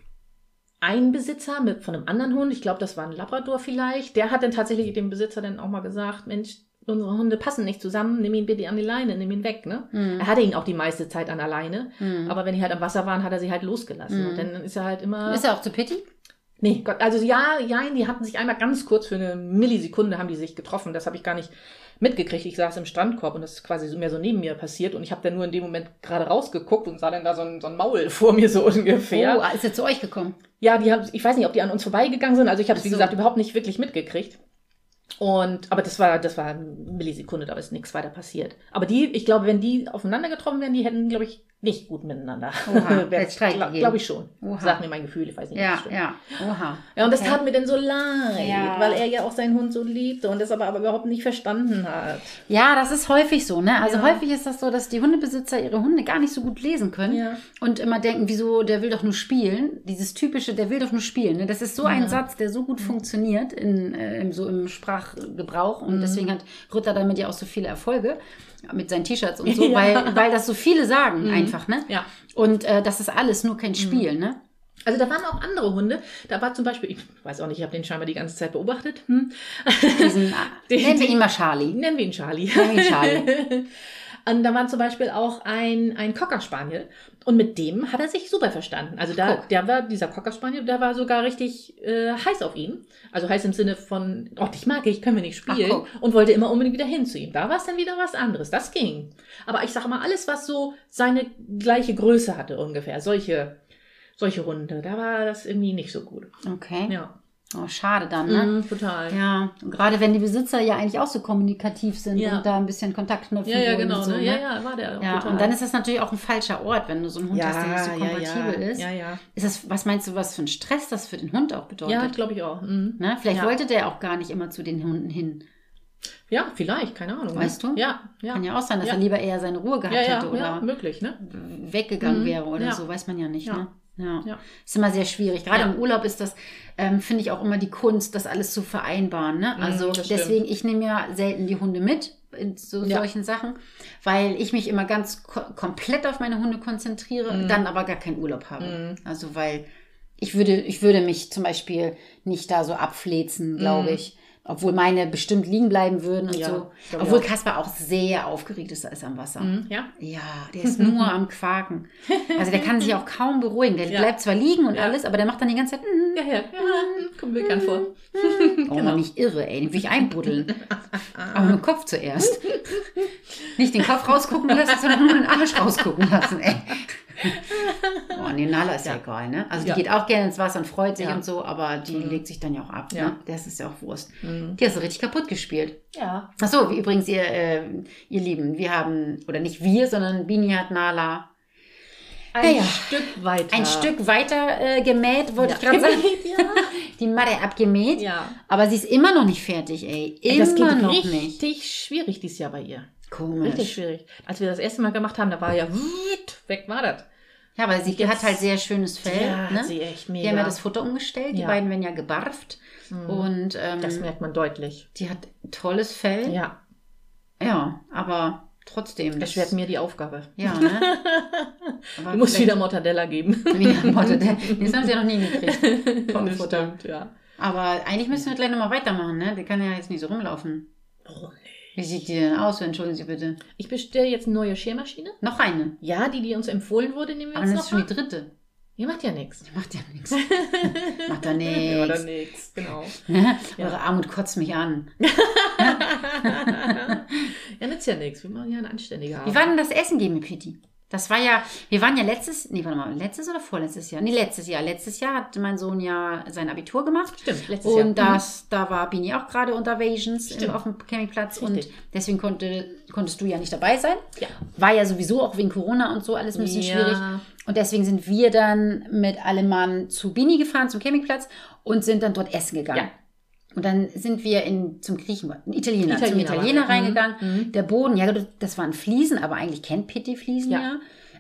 Speaker 2: ein Besitzer mit, von einem anderen Hund, ich glaube, das war ein Labrador vielleicht, der hat dann tatsächlich dem Besitzer dann auch mal gesagt, Mensch, unsere Hunde passen nicht zusammen, nimm ihn bitte an die Leine, nimm ihn weg, ne? Er hatte ihn auch die meiste Zeit an der Leine,
Speaker 1: Mhm.
Speaker 2: aber wenn die halt am Wasser waren, hat er sie halt losgelassen.
Speaker 1: Mhm.
Speaker 2: Und dann ist er halt immer.
Speaker 1: Ist er auch zu Pitti?
Speaker 2: Nee, Gott, also ja, ja, die hatten sich einmal ganz kurz für eine Millisekunde haben die sich getroffen. Das habe ich gar nicht mitgekriegt. Ich saß im Strandkorb und das ist quasi so mehr so neben mir passiert und ich habe dann nur in dem Moment gerade rausgeguckt und sah dann da so ein, so ein Maul vor mir so ungefähr.
Speaker 1: Oh, ah, ist er zu euch gekommen?
Speaker 2: Ja, die haben, ich weiß nicht, ob die an uns vorbeigegangen sind. Also ich habe es
Speaker 1: Ach
Speaker 2: wie
Speaker 1: so.
Speaker 2: gesagt überhaupt nicht wirklich mitgekriegt. Und aber das war, das war eine Millisekunde, da ist nichts weiter passiert. Aber die, ich glaube, wenn die aufeinander getroffen wären, die hätten, glaube ich, nicht gut miteinander.
Speaker 1: Oha,
Speaker 2: Wär-
Speaker 1: hätt's Streit
Speaker 2: glaub,
Speaker 1: gegeben.
Speaker 2: glaub ich schon.
Speaker 1: Oha.
Speaker 2: Sag mir mein Gefühl, ich weiß nicht. ob das
Speaker 1: Ja,
Speaker 2: stimmt.
Speaker 1: ja. Oha.
Speaker 2: Ja, und das
Speaker 1: Okay.
Speaker 2: tat mir denn so leid,
Speaker 1: Ja.
Speaker 2: weil er ja auch seinen Hund so liebte und das aber, aber überhaupt nicht verstanden hat.
Speaker 1: Ja, das ist häufig so, ne? Also
Speaker 2: Ja.
Speaker 1: häufig ist das so, dass die Hundebesitzer ihre Hunde gar nicht so gut lesen können
Speaker 2: Ja.
Speaker 1: und immer denken, wieso, der will doch nur spielen. Dieses typische, der will doch nur spielen. Ne? Das ist so ein
Speaker 2: Ja.
Speaker 1: Satz, der so gut funktioniert in, äh, im, so im Sprachgebrauch
Speaker 2: Mhm.
Speaker 1: und deswegen hat Ritter damit ja auch so viele Erfolge mit seinen T-Shirts und so,
Speaker 2: Ja. Mhm.
Speaker 1: weil, weil das so viele sagen einfach, ne?
Speaker 2: Ja. Mhm.
Speaker 1: Und äh, das ist alles nur kein Spiel, ne?
Speaker 2: Also da waren auch andere Hunde. Da war zum Beispiel, ich weiß auch nicht, ich habe den scheinbar die ganze Zeit beobachtet. Hm.
Speaker 1: Diesen, äh, nennen wir ihn mal Charlie.
Speaker 2: Nennen wir ihn Charlie.
Speaker 1: Nennen wir ihn Charlie.
Speaker 2: Und da war zum Beispiel auch ein, ein Cocker Spaniel. Und mit dem hat er sich super verstanden. Also da,
Speaker 1: Guck.
Speaker 2: der war, dieser Cocker Spaniel, der war sogar richtig äh, heiß auf ihn. Also heiß im Sinne von, oh, dich mag ich, können wir nicht
Speaker 1: Ach,
Speaker 2: spielen.
Speaker 1: guck.
Speaker 2: und wollte immer unbedingt wieder hin zu ihm. Da war es dann wieder was anderes. Das ging. Aber ich sage mal, alles, was so seine gleiche Größe hatte ungefähr, solche, solche Hunde, da war das irgendwie nicht so gut.
Speaker 1: Okay.
Speaker 2: Ja.
Speaker 1: Oh, schade dann, ne?
Speaker 2: Mhm, total.
Speaker 1: Ja, und gerade wenn die Besitzer ja eigentlich auch so kommunikativ sind
Speaker 2: Ja.
Speaker 1: und da ein bisschen Kontakt knüpfen
Speaker 2: Ja, ja,
Speaker 1: wollen
Speaker 2: genau.
Speaker 1: und so,
Speaker 2: ne? Ja, ja, war der. auch
Speaker 1: Ja,
Speaker 2: total.
Speaker 1: und dann ist das natürlich auch ein falscher Ort, wenn du so einen Hund hast, der nicht so kompatibel
Speaker 2: ja,
Speaker 1: ist.
Speaker 2: Ja, ja.
Speaker 1: Ist das, was meinst du, was für ein Stress das für den Hund auch
Speaker 2: Ja,
Speaker 1: bedeutet?
Speaker 2: glaube ich auch. Mhm.
Speaker 1: Ne? Vielleicht
Speaker 2: Ja.
Speaker 1: wollte der auch gar nicht immer zu den Hunden hin.
Speaker 2: Ja, vielleicht, keine Ahnung. ne?
Speaker 1: Weißt du?
Speaker 2: Ja, ja.
Speaker 1: Kann ja auch sein, dass
Speaker 2: Ja.
Speaker 1: er lieber eher seine Ruhe gehabt
Speaker 2: ja, ja,
Speaker 1: hätte
Speaker 2: ja,
Speaker 1: oder
Speaker 2: möglich, ne?
Speaker 1: weggegangen
Speaker 2: Mhm.
Speaker 1: wäre oder
Speaker 2: Ja.
Speaker 1: so, weiß man ja nicht.
Speaker 2: Ja.
Speaker 1: Ne? Ja.
Speaker 2: Ja.
Speaker 1: Ist immer sehr schwierig. Gerade
Speaker 2: Ja.
Speaker 1: im Urlaub ist das, ähm, finde ich auch immer die Kunst, das alles zu vereinbaren. Ne?
Speaker 2: Mhm,
Speaker 1: Also
Speaker 2: das stimmt.
Speaker 1: deswegen, ich nehme ja selten die Hunde mit in so
Speaker 2: Ja.
Speaker 1: solchen Sachen, weil ich mich immer ganz ko komplett auf meine Hunde konzentriere,
Speaker 2: Mhm.
Speaker 1: dann aber gar keinen Urlaub habe. Also weil ich würde, ich würde mich zum Beispiel nicht da so abflezen, glaube ich. Obwohl meine bestimmt liegen bleiben würden und
Speaker 2: Mhm. Ja, ich
Speaker 1: so.
Speaker 2: glaube
Speaker 1: Obwohl
Speaker 2: auch.
Speaker 1: Kaspar auch sehr aufgeregt ist, als er am Wasser.
Speaker 2: Mhm, Ja.
Speaker 1: Ja, der ist nur am Quaken. Also der kann sich auch kaum beruhigen. Der
Speaker 2: Ja.
Speaker 1: bleibt zwar liegen und
Speaker 2: Ja.
Speaker 1: alles, aber der macht dann die ganze Zeit, mm,
Speaker 2: Ja, ja. ja. Kommt mir bekannt vor.
Speaker 1: oh,
Speaker 2: Genau.
Speaker 1: Mann, nicht irre, ey, den will ich einbuddeln. aber nur den Kopf zuerst. nicht den Kopf rausgucken lassen, sondern nur den Arsch rausgucken lassen, ey. Oh, nee, Nala ist ja, egal, ne? Also die
Speaker 2: Ja.
Speaker 1: geht auch gerne ins Wasser und freut sich
Speaker 2: Ja. Mhm.
Speaker 1: und so, aber die legt sich dann ja auch ab,
Speaker 2: Ja. Mhm.
Speaker 1: ne? Das ist ja auch Wurst. Die hast du richtig kaputt gespielt.
Speaker 2: Ja.
Speaker 1: Ach so, wie übrigens, ihr, äh, ihr Lieben, wir haben, oder nicht wir, sondern Bini hat Nala
Speaker 2: Ein
Speaker 1: Ja.
Speaker 2: Stück weiter.
Speaker 1: ein Stück weiter äh, gemäht, wollte
Speaker 2: Ja.
Speaker 1: ich gerade sagen.
Speaker 2: Ja.
Speaker 1: Die Matte abgemäht.
Speaker 2: ja.
Speaker 1: Aber sie ist immer noch nicht fertig, ey. Immer
Speaker 2: das geht
Speaker 1: noch
Speaker 2: richtig
Speaker 1: nicht.
Speaker 2: schwierig dieses Jahr bei ihr.
Speaker 1: Komisch.
Speaker 2: Richtig schwierig. Als wir das erste Mal gemacht haben, da war ja wut, weg war das.
Speaker 1: Ja, weil sie
Speaker 2: Jetzt-
Speaker 1: hat halt sehr schönes Fell.
Speaker 2: Ja, hat
Speaker 1: ne?
Speaker 2: sie echt
Speaker 1: Die
Speaker 2: mega.
Speaker 1: haben ja das Futter umgestellt. Die
Speaker 2: Ja. Mhm.
Speaker 1: beiden werden ja gebarft. Und ähm,
Speaker 2: Das merkt man deutlich.
Speaker 1: die hat tolles Fell. Ja,
Speaker 2: Ja,
Speaker 1: aber trotzdem. das-
Speaker 2: erschwert mir die Aufgabe.
Speaker 1: Ja, ne? Aber
Speaker 2: Du musst
Speaker 1: vielleicht-
Speaker 2: wieder Mortadella geben.
Speaker 1: wieder Motte. ne? Das haben sie ja noch nie gekriegt. Vom
Speaker 2: Das
Speaker 1: Futter.
Speaker 2: stimmt, ja.
Speaker 1: Aber eigentlich müssen wir gleich nochmal weitermachen, ne? Die kann ja jetzt nicht so rumlaufen.
Speaker 2: Oh,
Speaker 1: Wie sieht die denn aus? Entschuldigen Sie bitte.
Speaker 2: Ich bestelle jetzt eine neue Schermaschine.
Speaker 1: Noch eine.
Speaker 2: Ja, die, die uns empfohlen wurde, nehmen wir
Speaker 1: Aber dann
Speaker 2: jetzt
Speaker 1: ist
Speaker 2: noch.
Speaker 1: schon die
Speaker 2: mal.
Speaker 1: dritte.
Speaker 2: Ihr macht ja nichts.
Speaker 1: Macht ja nichts. Macht ja
Speaker 2: Ja,
Speaker 1: nichts.
Speaker 2: dann nichts, genau.
Speaker 1: Eure Armut kotzt mich an.
Speaker 2: Ja, nützt ja nichts. Wir machen ja eine anständige
Speaker 1: Wie
Speaker 2: Arbeit.
Speaker 1: war denn das Essen geben mit Pitti? Das war ja, wir waren ja letztes, nee, warte mal, letztes oder vorletztes Jahr? Nee, letztes Jahr. Letztes Jahr hat mein Sohn ja sein Abitur gemacht.
Speaker 2: Stimmt, letztes Jahr. Mhm.
Speaker 1: Und das, da war Bini auch gerade unter Vations im,
Speaker 2: Stimmt.
Speaker 1: auf dem Campingplatz und
Speaker 2: Richtig.
Speaker 1: deswegen konnte, konntest du ja nicht dabei sein.
Speaker 2: Ja.
Speaker 1: War ja sowieso auch wegen Corona und so alles ein bisschen
Speaker 2: Ja.
Speaker 1: schwierig. Und deswegen sind wir dann mit allem Mann zu Bini gefahren, zum Campingplatz und sind dann dort essen gegangen.
Speaker 2: Ja.
Speaker 1: Und dann sind wir in, zum Griechen, Italiener, zum
Speaker 2: Italiener
Speaker 1: Italiener
Speaker 2: waren wir.
Speaker 1: reingegangen.
Speaker 2: Mhm.
Speaker 1: Der Boden, ja, das waren Fliesen, aber eigentlich kennt Pitti Fliesen ja.
Speaker 2: Ja.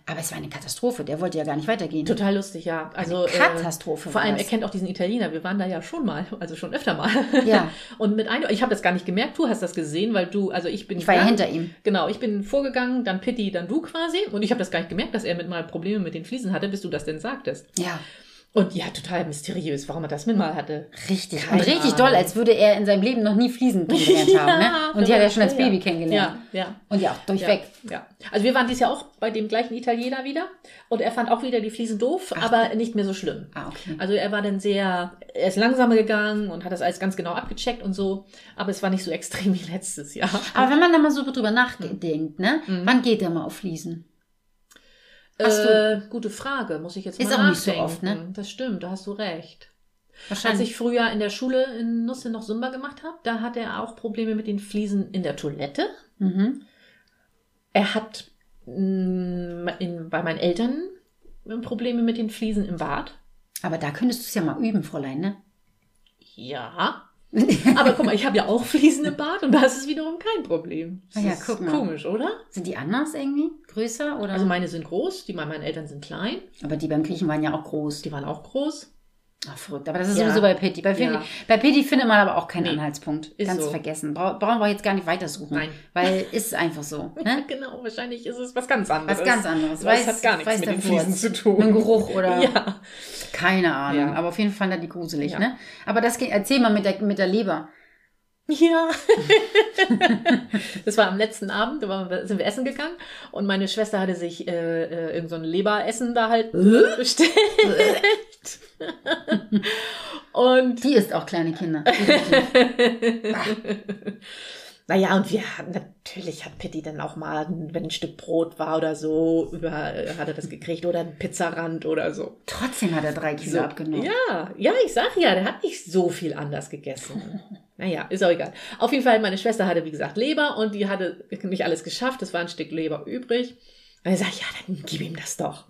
Speaker 1: Aber es war eine Katastrophe, der wollte ja gar nicht weitergehen.
Speaker 2: Total lustig, ja. Also, äh,
Speaker 1: Katastrophe
Speaker 2: Vor
Speaker 1: war
Speaker 2: allem,
Speaker 1: das.
Speaker 2: er kennt auch diesen Italiener. Wir waren da ja schon mal, also schon öfter mal.
Speaker 1: Ja.
Speaker 2: Und mit einem, ich habe das gar nicht gemerkt. Du hast das gesehen, weil du, also ich bin.
Speaker 1: Ich war ja
Speaker 2: gegangen.
Speaker 1: hinter ihm.
Speaker 2: Genau, ich bin vorgegangen, dann Pitti, dann du quasi. Und ich habe das gar nicht gemerkt, dass er mit mal Probleme mit den Fliesen hatte, bis du das denn sagtest.
Speaker 1: Ja,
Speaker 2: Und ja, total mysteriös, warum er das mit mal hatte.
Speaker 1: richtig.
Speaker 2: Keine
Speaker 1: und richtig
Speaker 2: Ahnung.
Speaker 1: doll, als würde er in seinem Leben noch nie Fliesen kennengelernt haben. Ne? Und die hat er schon als
Speaker 2: ja.
Speaker 1: Baby kennengelernt.
Speaker 2: Ja, ja.
Speaker 1: Und ja, auch
Speaker 2: Ja,
Speaker 1: durchweg.
Speaker 2: ja. Also wir waren dieses Jahr auch bei dem gleichen Italiener wieder und er fand auch wieder die Fliesen doof, aber nicht mehr so schlimm.
Speaker 1: Ah, okay.
Speaker 2: Also er war dann sehr, er ist langsamer gegangen und hat das alles ganz genau abgecheckt und so, aber es war nicht so extrem wie letztes Jahr.
Speaker 1: Aber wenn man da mal so drüber nachdenkt, ne?
Speaker 2: Mhm.
Speaker 1: Wann geht er mal auf Fliesen? Hast
Speaker 2: äh, gute Frage, muss ich jetzt
Speaker 1: Ist
Speaker 2: mal
Speaker 1: auch
Speaker 2: nachdenken.
Speaker 1: nicht so oft, ne?
Speaker 2: Das stimmt, da hast du recht. Als
Speaker 1: Wahrscheinlich.
Speaker 2: Also ich früher in der Schule in Nusse noch Sumba gemacht habe, da hatte er auch Probleme mit den Fliesen in der Toilette.
Speaker 1: mhm.
Speaker 2: Er hat mm, in, bei meinen Eltern äh, Probleme mit den Fliesen im Bad.
Speaker 1: Aber da könntest du es ja mal üben, Fräulein, ne?
Speaker 2: Ja. Aber guck mal, ich habe ja auch Fliesen im Bad und da ist es wiederum kein Problem. Das
Speaker 1: Ah Ja,
Speaker 2: ist
Speaker 1: guck mal.
Speaker 2: Komisch, oder?
Speaker 1: Sind die anders irgendwie? Größer oder?
Speaker 2: Also meine sind groß, die bei meinen Eltern sind klein,
Speaker 1: aber die beim Griechen waren ja auch groß.
Speaker 2: die waren auch groß.
Speaker 1: Ach, verrückt. Aber das ist
Speaker 2: Ja.
Speaker 1: sowieso bei Pitti. Bei,
Speaker 2: Ja.
Speaker 1: Pitti- bei Pitti findet man aber auch keinen
Speaker 2: Nee.
Speaker 1: Anhaltspunkt.
Speaker 2: Ist
Speaker 1: Ganz
Speaker 2: so.
Speaker 1: vergessen. Bra brauchen wir jetzt gar nicht weitersuchen.
Speaker 2: Nein.
Speaker 1: Weil ist einfach so. Ne?
Speaker 2: Genau, wahrscheinlich ist es was ganz anderes.
Speaker 1: Was ganz anderes.
Speaker 2: Das hat gar nichts
Speaker 1: weiß
Speaker 2: mit
Speaker 1: der
Speaker 2: den
Speaker 1: Furz.
Speaker 2: Fliesen zu tun.
Speaker 1: Mit dem Geruch oder
Speaker 2: Ja.
Speaker 1: keine Ahnung.
Speaker 2: Ja.
Speaker 1: Aber auf jeden Fall fand er die gruselig.
Speaker 2: Ja.
Speaker 1: Ne? Aber das ging, erzähl mal mit der, mit der Leber.
Speaker 2: Ja. das war am letzten Abend, da waren wir- sind wir essen gegangen und meine Schwester hatte sich äh, äh, irgend so ein Leberessen da halt bestellt. und
Speaker 1: Die isst auch kleine Kinder.
Speaker 2: Naja, und wir hatten natürlich hat Pitti dann auch mal, wenn ein Stück Brot war oder so, über, äh, hat er das gekriegt oder ein Pizzarand oder so.
Speaker 1: Trotzdem hat er drei Kilo
Speaker 2: so.
Speaker 1: abgenommen.
Speaker 2: Ja, ja, ich sag ja, der hat nicht so viel anders gegessen. naja, ist auch egal. Auf jeden Fall, meine Schwester hatte, wie gesagt, Leber und die hatte nicht alles geschafft. Es war ein Stück Leber übrig. Und dann sag ich, ja, dann gib ihm das doch.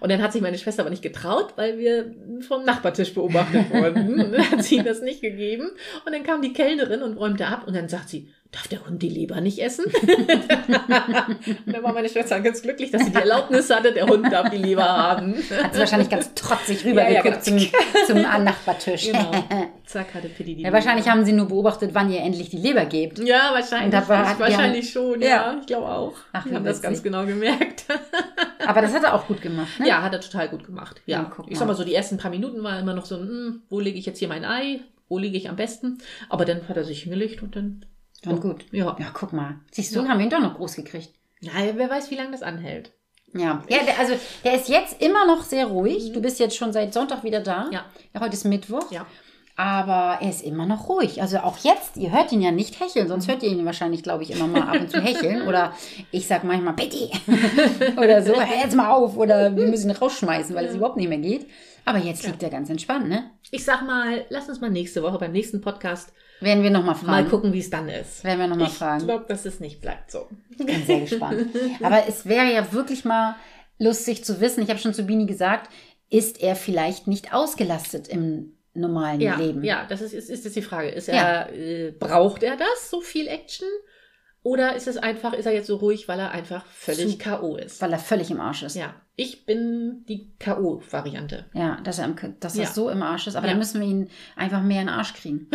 Speaker 2: Und dann hat sich meine Schwester aber nicht getraut, weil wir vom Nachbartisch beobachtet wurden. Und dann hat sie ihm das nicht gegeben. Und dann kam die Kellnerin und räumte ab und dann sagt sie, darf der Hund die Leber nicht essen? Und da war meine Schwester ganz glücklich, dass sie die Erlaubnis hatte, der Hund darf die Leber haben.
Speaker 1: Hat sie wahrscheinlich ganz trotzig rübergeguckt
Speaker 2: Ja, ja,
Speaker 1: zum, zum Nachbartisch.
Speaker 2: Genau. Zack, hatte Pitti die
Speaker 1: Ja, wahrscheinlich haben sie nur beobachtet, wann ihr endlich die Leber gebt.
Speaker 2: Ja, wahrscheinlich.
Speaker 1: Und da war- hat die
Speaker 2: wahrscheinlich schon, ja.
Speaker 1: Ja.
Speaker 2: Ich glaube auch.
Speaker 1: Ach,
Speaker 2: Ach,
Speaker 1: wie
Speaker 2: haben das
Speaker 1: witzig. Ne?
Speaker 2: ganz genau gemerkt.
Speaker 1: Aber das hat er auch gut gemacht, ne?
Speaker 2: Ja, hat er total gut gemacht. Ja,
Speaker 1: Ja, guck
Speaker 2: ich sag
Speaker 1: mal.
Speaker 2: mal so, die ersten paar Minuten war immer noch so, hm, wo lege ich jetzt hier mein Ei? Wo liege ich am besten? Aber dann hat er sich hingelegt und dann,
Speaker 1: Und gut.
Speaker 2: ja.
Speaker 1: Ja, guck mal. Siehst du, haben wir ihn doch noch groß gekriegt.
Speaker 2: Naja, wer weiß, wie lange das anhält.
Speaker 1: Ja, ja der, also der ist jetzt immer noch sehr ruhig. Du bist jetzt schon seit Sonntag wieder da.
Speaker 2: Mhm. Ja.
Speaker 1: ja heute ist Mittwoch.
Speaker 2: Ja.
Speaker 1: Aber er ist immer noch ruhig. Also auch jetzt, ihr hört ihn ja nicht hecheln,
Speaker 2: Mhm.
Speaker 1: sonst hört ihr ihn wahrscheinlich, glaube ich, immer mal ab und zu hecheln. Oder ich sag manchmal, Betty! oder so, hör jetzt mal auf. Oder wir müssen ihn rausschmeißen, weil es überhaupt nicht mehr geht. Aber jetzt liegt er ganz entspannt, ne?
Speaker 2: Ich sag mal, lass uns mal nächste Woche beim nächsten Podcast
Speaker 1: Werden wir nochmal fragen.
Speaker 2: mal gucken, wie es dann ist.
Speaker 1: Werden wir nochmal fragen.
Speaker 2: Ich glaube, dass es nicht bleibt so.
Speaker 1: Ich bin sehr gespannt. Aber es wäre ja wirklich mal lustig zu wissen, ich habe schon zu Bini gesagt, ist er vielleicht nicht ausgelastet im normalen
Speaker 2: Ja,
Speaker 1: Leben?
Speaker 2: ja, das ist, ist, ist jetzt die Frage. Ist
Speaker 1: Ja.
Speaker 2: er, äh, braucht er das, so viel Action? Oder ist es einfach, ist er jetzt so ruhig, weil er einfach völlig
Speaker 1: Zu-
Speaker 2: K.O. ist?
Speaker 1: Weil er völlig im Arsch ist.
Speaker 2: Ja, ich bin die K.O.-Variante.
Speaker 1: Ja, dass er, im, dass er
Speaker 2: Ja.
Speaker 1: so im Arsch ist. Aber
Speaker 2: Ja.
Speaker 1: dann müssen wir ihn einfach mehr in den Arsch kriegen.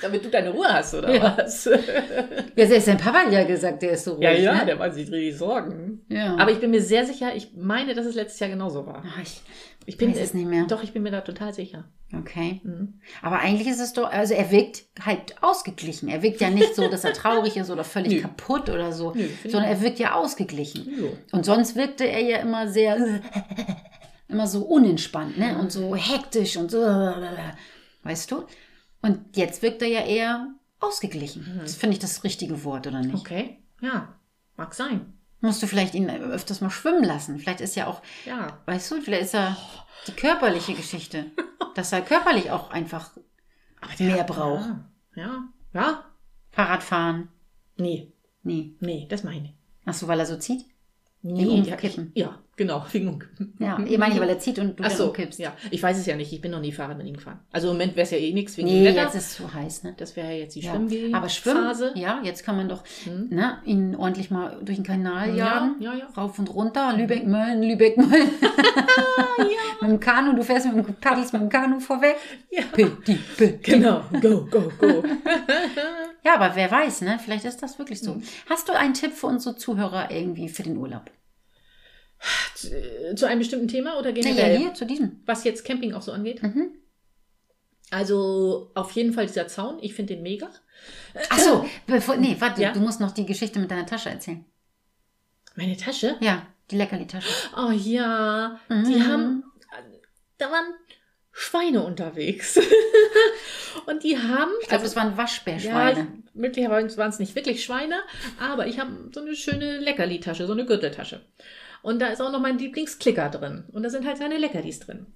Speaker 2: Damit du deine Ruhe hast, oder
Speaker 1: Ja.
Speaker 2: was?
Speaker 1: Ja, selbst sein Papa hat ja gesagt, der ist so ruhig.
Speaker 2: ja, ja,
Speaker 1: Ne?
Speaker 2: der macht sich richtig Sorgen.
Speaker 1: ja.
Speaker 2: Aber ich bin mir sehr sicher, ich meine, dass es letztes Jahr genauso war.
Speaker 1: Ach, ich
Speaker 2: Ich bin
Speaker 1: bin weiß es nicht mehr.
Speaker 2: Doch, ich bin mir da total sicher.
Speaker 1: Okay.
Speaker 2: Mhm.
Speaker 1: Aber eigentlich ist es doch, also er wirkt halt ausgeglichen. Er wirkt ja nicht so, dass er traurig ist oder völlig
Speaker 2: Nö.
Speaker 1: kaputt oder so,
Speaker 2: Nö, finde
Speaker 1: sondern
Speaker 2: ich
Speaker 1: er wirkt ja ausgeglichen.
Speaker 2: So.
Speaker 1: Und sonst wirkte er ja immer sehr, immer so unentspannt, ne? Und
Speaker 2: Mhm.
Speaker 1: so hektisch und so, weißt du? Und jetzt wirkt er ja eher
Speaker 2: Mhm.
Speaker 1: ausgeglichen. Das finde ich das richtige Wort, oder nicht?
Speaker 2: Okay, ja, mag sein.
Speaker 1: Musst du vielleicht ihn öfters mal schwimmen lassen. Vielleicht ist ja auch,
Speaker 2: Ja,
Speaker 1: weißt du, vielleicht ist ja die körperliche Geschichte. Dass er körperlich auch einfach mehr braucht.
Speaker 2: ja, ja, ja.
Speaker 1: Fahrradfahren.
Speaker 2: Nee,
Speaker 1: Nee.
Speaker 2: nee, das meine ich. nicht.
Speaker 1: Ach so, weil er so zieht?
Speaker 2: Nee,
Speaker 1: Wegen
Speaker 2: ja,
Speaker 1: Umkippen.
Speaker 2: ich- um ja, genau, wegen Umkippen.
Speaker 1: Ja, ich meine, weil er zieht und du
Speaker 2: Ach
Speaker 1: dann
Speaker 2: so,
Speaker 1: umkippst.
Speaker 2: ja. Ich weiß es ja nicht, ich bin noch nie Fahrrad mit ihm gefahren. Also im Moment wäre es ja eh nichts wegen
Speaker 1: Nee,
Speaker 2: dem Wetter.
Speaker 1: jetzt ist es zu heiß, ne?
Speaker 2: das wäre ja jetzt die
Speaker 1: Ja.
Speaker 2: Schwimmphase.
Speaker 1: Aber Schwimmen, ja, jetzt kann man doch ne, ihn ordentlich mal durch den Kanal
Speaker 2: Hm. Ja,
Speaker 1: jagen.
Speaker 2: ja, Genau. ja.
Speaker 1: Rauf und runter, Lübeck, Mölln, Lübeck, Mölln. mit dem Kanu, du fährst mit dem, paddelst mit dem Kanu vorweg.
Speaker 2: Ja.
Speaker 1: Pitti, pitti.
Speaker 2: Genau, go, go, go.
Speaker 1: Ja, aber wer weiß, ne? Vielleicht ist das wirklich
Speaker 2: Hm.
Speaker 1: so. Hast du einen Tipp für unsere Zuhörer irgendwie für den Urlaub?
Speaker 2: Zu einem bestimmten Thema oder
Speaker 1: Naja,
Speaker 2: generell?
Speaker 1: hier zu diesem.
Speaker 2: was jetzt Camping auch so angeht.
Speaker 1: Mhm.
Speaker 2: Also auf jeden Fall dieser Zaun, ich finde den mega.
Speaker 1: Ach so, bevor, nee, warte,
Speaker 2: Ja?
Speaker 1: du musst noch die Geschichte mit deiner Tasche erzählen.
Speaker 2: Meine Tasche?
Speaker 1: Ja, die Leckerli-Tasche.
Speaker 2: Oh ja, die
Speaker 1: Mhm.
Speaker 2: haben, äh, da waren Schweine unterwegs. Und die haben,
Speaker 1: Ich glaube, es waren
Speaker 2: Ja,
Speaker 1: Waschbärschweine.
Speaker 2: ich- möglicherweise waren es nicht wirklich Schweine, aber ich habe so eine schöne Leckerli-Tasche, so eine Gürteltasche. Und da ist auch noch mein Lieblingsklicker drin. Und da sind halt seine Leckerlis drin.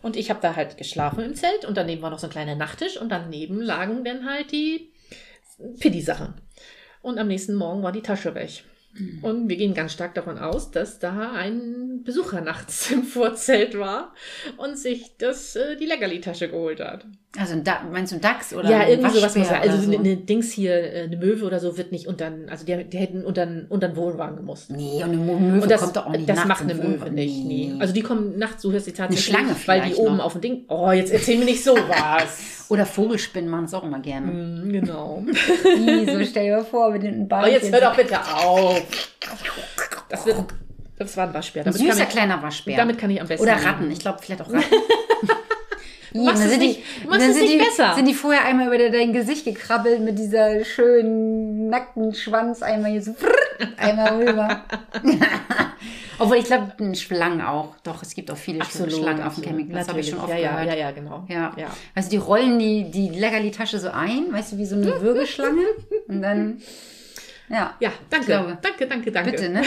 Speaker 2: Und ich habe da halt geschlafen im Zelt und daneben war noch so ein kleiner Nachttisch und daneben lagen dann halt die Piddy-Sachen. Und am nächsten Morgen war die Tasche weg. Und wir gehen ganz stark davon aus, dass da ein Besucher nachts im Vorzelt war und sich das, äh, die Leckerli-Tasche geholt hat.
Speaker 1: Also ein Da- meinst du einen Dachs oder
Speaker 2: Ja,
Speaker 1: einen
Speaker 2: irgendwie sowas muss
Speaker 1: Waschbär
Speaker 2: sein. Also
Speaker 1: oder
Speaker 2: so. eine Dings hier, äh, eine Möwe oder so wird nicht unter, also die, die hätten unter, unter den Wohnwagen gemusst.
Speaker 1: Nee, und eine Möwe
Speaker 2: Und das,
Speaker 1: kommt doch auch nicht
Speaker 2: das
Speaker 1: nachts
Speaker 2: macht
Speaker 1: in
Speaker 2: eine
Speaker 1: den
Speaker 2: Möwe
Speaker 1: Wohnwagen.
Speaker 2: nicht, nee. Also die kommen nachts, du hörst die tatsächlich,
Speaker 1: Schlange
Speaker 2: weil die
Speaker 1: vielleicht
Speaker 2: oben
Speaker 1: noch.
Speaker 2: auf dem Ding, oh, jetzt erzähl mir nicht sowas.
Speaker 1: Oder Vogelspinnen machen es auch immer gerne.
Speaker 2: Hm, genau.
Speaker 1: Ih, so stell dir mal vor, mit den
Speaker 2: Aber
Speaker 1: Beinen.
Speaker 2: jetzt hör doch bitte auf. Das, wird, das war ein Waschbär.
Speaker 1: Ein
Speaker 2: Damit
Speaker 1: süßer
Speaker 2: kann ich,
Speaker 1: kleiner Waschbär.
Speaker 2: damit kann ich am besten
Speaker 1: Oder
Speaker 2: leben.
Speaker 1: Ratten, ich glaube vielleicht auch Ratten. Du
Speaker 2: machst es nicht- du machst es
Speaker 1: sind
Speaker 2: nicht
Speaker 1: die,
Speaker 2: besser.
Speaker 1: Sind die vorher einmal über dein Gesicht gekrabbelt mit dieser schönen nackten Schwanz einmal hier so frrrt, einmal rüber. Obwohl ich glaube, Schlangen auch. Doch, es gibt auch viele Schlangen auf dem
Speaker 2: absolut.
Speaker 1: Campingplatz, habe ich schon oft
Speaker 2: ja,
Speaker 1: gehört.
Speaker 2: ja, ja, ja, genau.
Speaker 1: Ja.
Speaker 2: ja.
Speaker 1: Also die rollen die, die Leckerli-Tasche so ein, weißt du, wie so eine Würgeschlange. Und dann, ja,
Speaker 2: Ja, danke,
Speaker 1: glaube.
Speaker 2: danke, danke, danke.
Speaker 1: bitte, ne?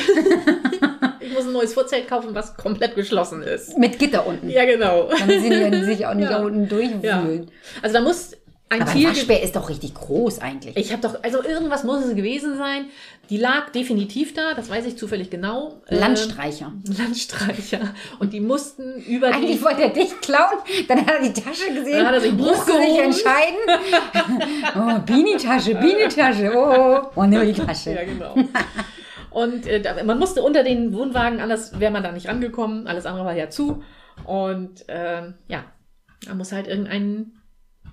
Speaker 2: Ich muss ein neues Vorzelt kaufen, was komplett geschlossen ist.
Speaker 1: Mit Gitter unten.
Speaker 2: Ja, genau.
Speaker 1: Damit sie nicht- sich auch nicht
Speaker 2: Ja.
Speaker 1: da unten durchwühlen.
Speaker 2: Also da muss, ein
Speaker 1: Aber ein
Speaker 2: Tier. ge-
Speaker 1: Waschbär ist doch richtig groß eigentlich.
Speaker 2: Ich habe doch, also irgendwas muss es gewesen sein. Die lag definitiv da, das weiß ich zufällig genau. Ähm,
Speaker 1: Landstreicher.
Speaker 2: Landstreicher. Und die mussten über die.
Speaker 1: Eigentlich wollte er dich klauen, dann hat er die Tasche gesehen,
Speaker 2: Dann hat er sich Bruch
Speaker 1: musste sich
Speaker 2: gehoben.
Speaker 1: entscheiden. oh, Bini-Tasche, Bini-Tasche, oh, oh, nimm die Tasche.
Speaker 2: Ja, genau. Und äh, da- man musste unter den Wohnwagen, anders wäre man da nicht angekommen, alles andere war ja zu. Und ähm, ja, da muss halt irgendein